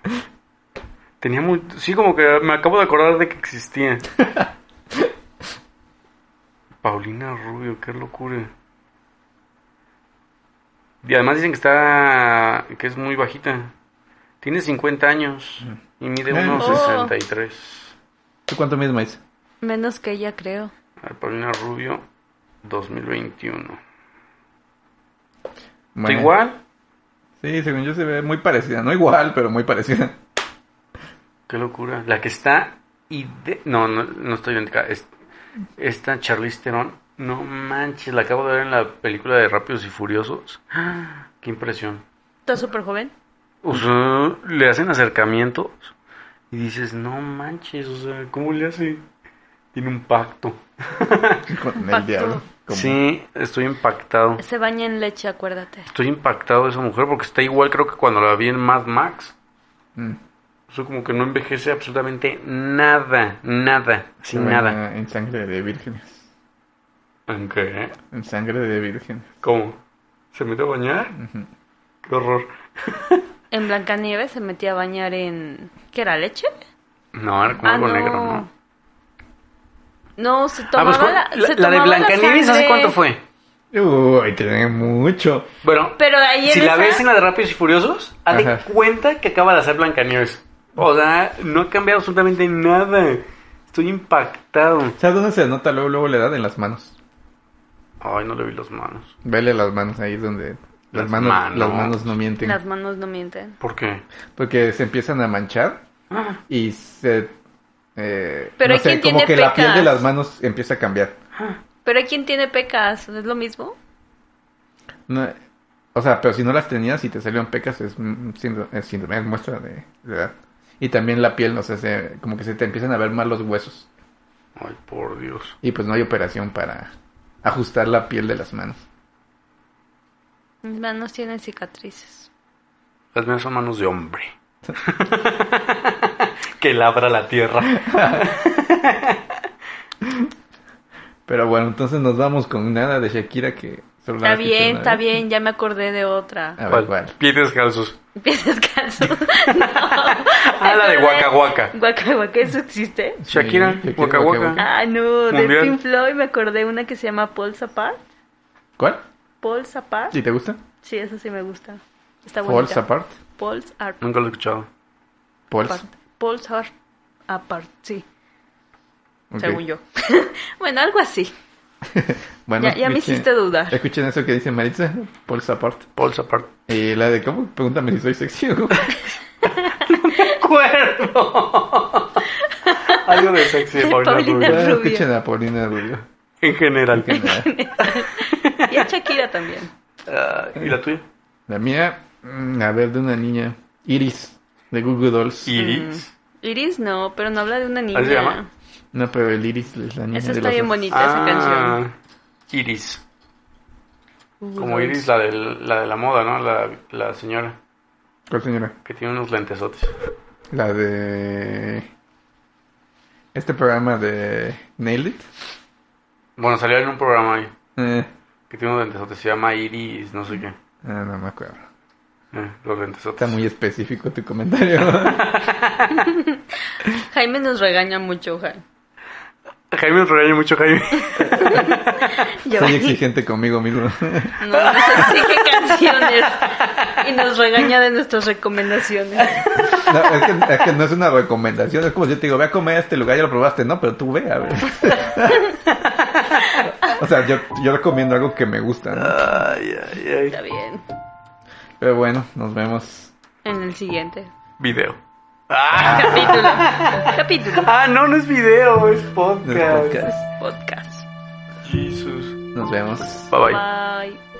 Speaker 3: Tenía muy... Sí, como que me acabo de acordar de que existía. Paulina Rubio, qué locura. Y además dicen que está... que es muy bajita. Tiene 50 años y mide
Speaker 2: Ah.
Speaker 3: 1,63.
Speaker 2: ¿Tú cuánto mides, Maritza?
Speaker 1: Menos que ella, creo.
Speaker 3: A ver, Paulina Rubio, 2021. ¿Está
Speaker 2: Bueno.
Speaker 3: igual?
Speaker 2: Sí, según yo se ve muy parecida. No igual, pero muy parecida. (laughs)
Speaker 3: Qué locura. La que está ide- no, no, no estoy idéntica. Es, esta Charlize Theron, no manches, la acabo de ver en la película de Rápidos y Furiosos. ¡Ah! Qué impresión.
Speaker 1: Está súper joven.
Speaker 3: O sea, le hacen acercamientos y dices, no manches, o sea, ¿cómo le hace? Tiene un pacto.
Speaker 2: Con el
Speaker 1: Pacto.
Speaker 2: diablo. Como-
Speaker 3: Sí, estoy impactado.
Speaker 1: Se baña en leche, acuérdate.
Speaker 3: Estoy impactado de esa mujer porque está igual creo que cuando la vi en Mad Max.
Speaker 2: Mm.
Speaker 3: Eso como que no envejece absolutamente nada, nada,
Speaker 2: Se
Speaker 3: sin
Speaker 2: baña
Speaker 3: nada.
Speaker 2: En sangre de vírgenes.
Speaker 3: Aunque,
Speaker 2: En sangre de vírgenes.
Speaker 3: ¿cómo? ¿Se mete a bañar?
Speaker 2: Ujú.
Speaker 3: Qué horror.
Speaker 1: En Blancanieves se metía a bañar en... ¿Qué era, leche?
Speaker 3: No, era como algo negro, ¿no?
Speaker 1: No, se
Speaker 3: Ah,
Speaker 1: Ah, tomaba
Speaker 3: pues, ¿cuál-
Speaker 1: la,
Speaker 3: la,
Speaker 1: se
Speaker 3: la de
Speaker 1: tomaba la
Speaker 3: Blancanieves, ¿hace
Speaker 1: sangre.
Speaker 3: cuánto fue?
Speaker 2: Uy, tiene mucho.
Speaker 3: Bueno,
Speaker 1: Pero ahí en
Speaker 3: si la
Speaker 1: esa-
Speaker 3: ves en la de Rápidos y Furiosos, haz de
Speaker 2: Ajá.
Speaker 3: cuenta que acaba de hacer Blancanieves. O sea, no ha cambiado absolutamente nada. Estoy impactado.
Speaker 2: ¿Sabes dónde se nota luego, luego la edad? En las manos.
Speaker 3: Ay, no le vi las manos.
Speaker 2: Vele las manos, ahí es donde las,
Speaker 3: Las
Speaker 2: manos,
Speaker 3: manos.
Speaker 2: las manos no mienten.
Speaker 1: Las manos no mienten.
Speaker 3: ¿Por qué?
Speaker 2: Porque se empiezan a manchar
Speaker 3: Ah,
Speaker 2: y se... eh,
Speaker 1: Pero
Speaker 2: no
Speaker 1: hay
Speaker 2: sé,
Speaker 1: quien
Speaker 2: como
Speaker 1: tiene
Speaker 2: que la piel de
Speaker 1: pecas.
Speaker 2: las manos empieza a cambiar.
Speaker 1: Pero hay quien tiene pecas, ¿es lo mismo?
Speaker 2: No, o sea, pero si no las tenías y te salieron pecas, es mm, síndrome, es, síndrome, es muestra de, de edad. Y también la piel, no sé, se- como que se te empiezan a ver mal los huesos.
Speaker 3: Ay, por Dios.
Speaker 2: Y pues no hay operación para ajustar la piel de las manos.
Speaker 1: Mis manos tienen cicatrices.
Speaker 3: Las mías son manos
Speaker 2: (laughs)
Speaker 3: de hombre. que labra la tierra.
Speaker 2: Pero bueno, entonces nos vamos con nada de Shakira que... solo la
Speaker 1: Está
Speaker 2: has escuchado
Speaker 1: bien,
Speaker 2: una
Speaker 1: está
Speaker 2: vez.
Speaker 1: bien, ya me acordé de otra. (laughs)
Speaker 3: Ah.
Speaker 2: A ver, ¿cuál?
Speaker 3: Pies descalzos.
Speaker 1: Pies (laughs) descalzos.
Speaker 3: (laughs) Ah, la de Waka Waka.
Speaker 1: Guaca, guaca, ¿eso existe?
Speaker 3: Shakira,
Speaker 2: Sí, Shakira, Waka
Speaker 3: Waka Waka.
Speaker 2: Waka.
Speaker 1: Ah, no, de
Speaker 3: Mundial.
Speaker 1: Pink Floyd me acordé una que se llama Paul Zapart.
Speaker 2: ¿Cuál?
Speaker 1: Paul Zapart.
Speaker 2: ¿Y te gusta?
Speaker 1: Sí, esa sí me gusta. Está
Speaker 2: Falls
Speaker 1: bonita.
Speaker 2: Apart.
Speaker 1: Paul Zapart.
Speaker 3: Nunca lo he escuchado.
Speaker 2: Falls.
Speaker 1: Paul Zapart. Apart, sí,
Speaker 2: Ok.
Speaker 1: según yo. (laughs) bueno, algo así.
Speaker 2: Bueno,
Speaker 1: Ya- ya me
Speaker 2: escuchen-
Speaker 1: hiciste dudar.
Speaker 2: Escuchen eso que dice Maritza. Falls Apart.
Speaker 3: Pols apart.
Speaker 2: Y la de cómo? Pregúntame si soy sexy o
Speaker 3: ¡Cuerno! (laughs) Algo de sexy de Paulina
Speaker 1: Paulina
Speaker 3: Rubio.
Speaker 2: Ya
Speaker 1: Rubio.
Speaker 2: Escuchen a Paulina Rubio.
Speaker 3: En general.
Speaker 2: Que nada.
Speaker 1: (laughs) Y a Shakira también.
Speaker 3: Ah, ¿Y la tuya?
Speaker 2: La mía, mm, a ver, de una niña. Iris, de Google Dolls.
Speaker 3: Iris.
Speaker 1: Mm. Iris no, pero no habla de una niña.
Speaker 3: se llama?
Speaker 2: No, pero el Iris es la niña
Speaker 1: Esa
Speaker 2: Mm, de
Speaker 1: está
Speaker 2: los
Speaker 1: bien
Speaker 2: ojos.
Speaker 1: bonita esa canción.
Speaker 3: Ah, Iris.
Speaker 1: Uh,
Speaker 3: Como
Speaker 1: Dios.
Speaker 3: Iris, la, del- la de la moda, ¿no? La, la señora
Speaker 2: ¿Cuál señora?
Speaker 3: que tiene unos lentesotes.
Speaker 2: La de... Este programa de Nailed It.
Speaker 3: Bueno, salió en un programa ahí
Speaker 2: Eh,
Speaker 3: que tiene unos lentesotes. Se llama Iris, no sé qué.
Speaker 2: ah, no me acuerdo.
Speaker 3: Eh, los lentesotes.
Speaker 2: Está muy específico tu comentario.
Speaker 1: (laughs) Jaime nos regaña mucho, Jaime.
Speaker 3: Jaime nos regaña mucho, Jaime.
Speaker 2: Soy exigente conmigo mismo.
Speaker 1: (laughs)
Speaker 2: (laughs)
Speaker 1: No, nos exige canciones y nos regaña de nuestras recomendaciones.
Speaker 2: No, es, que, es que no es una recomendación. Es como si yo te digo, ve a comer a este lugar, ya lo probaste. No, pero tú ve
Speaker 1: (laughs)
Speaker 2: a ver. o sea, yo, yo recomiendo algo que me gusta. ¿no?
Speaker 3: ay, ay,
Speaker 1: Está
Speaker 3: ay.
Speaker 1: bien.
Speaker 2: Pero bueno, nos vemos.
Speaker 1: En el siguiente (laughs)
Speaker 3: Video. Ah,
Speaker 1: capítulo. Capítulo.
Speaker 3: Ah, no, no es video, es
Speaker 2: en el
Speaker 3: podcast.
Speaker 2: podcast.
Speaker 1: Podcast.
Speaker 3: Jesús.
Speaker 2: Nos vemos.
Speaker 3: Bye bye.
Speaker 1: Bye.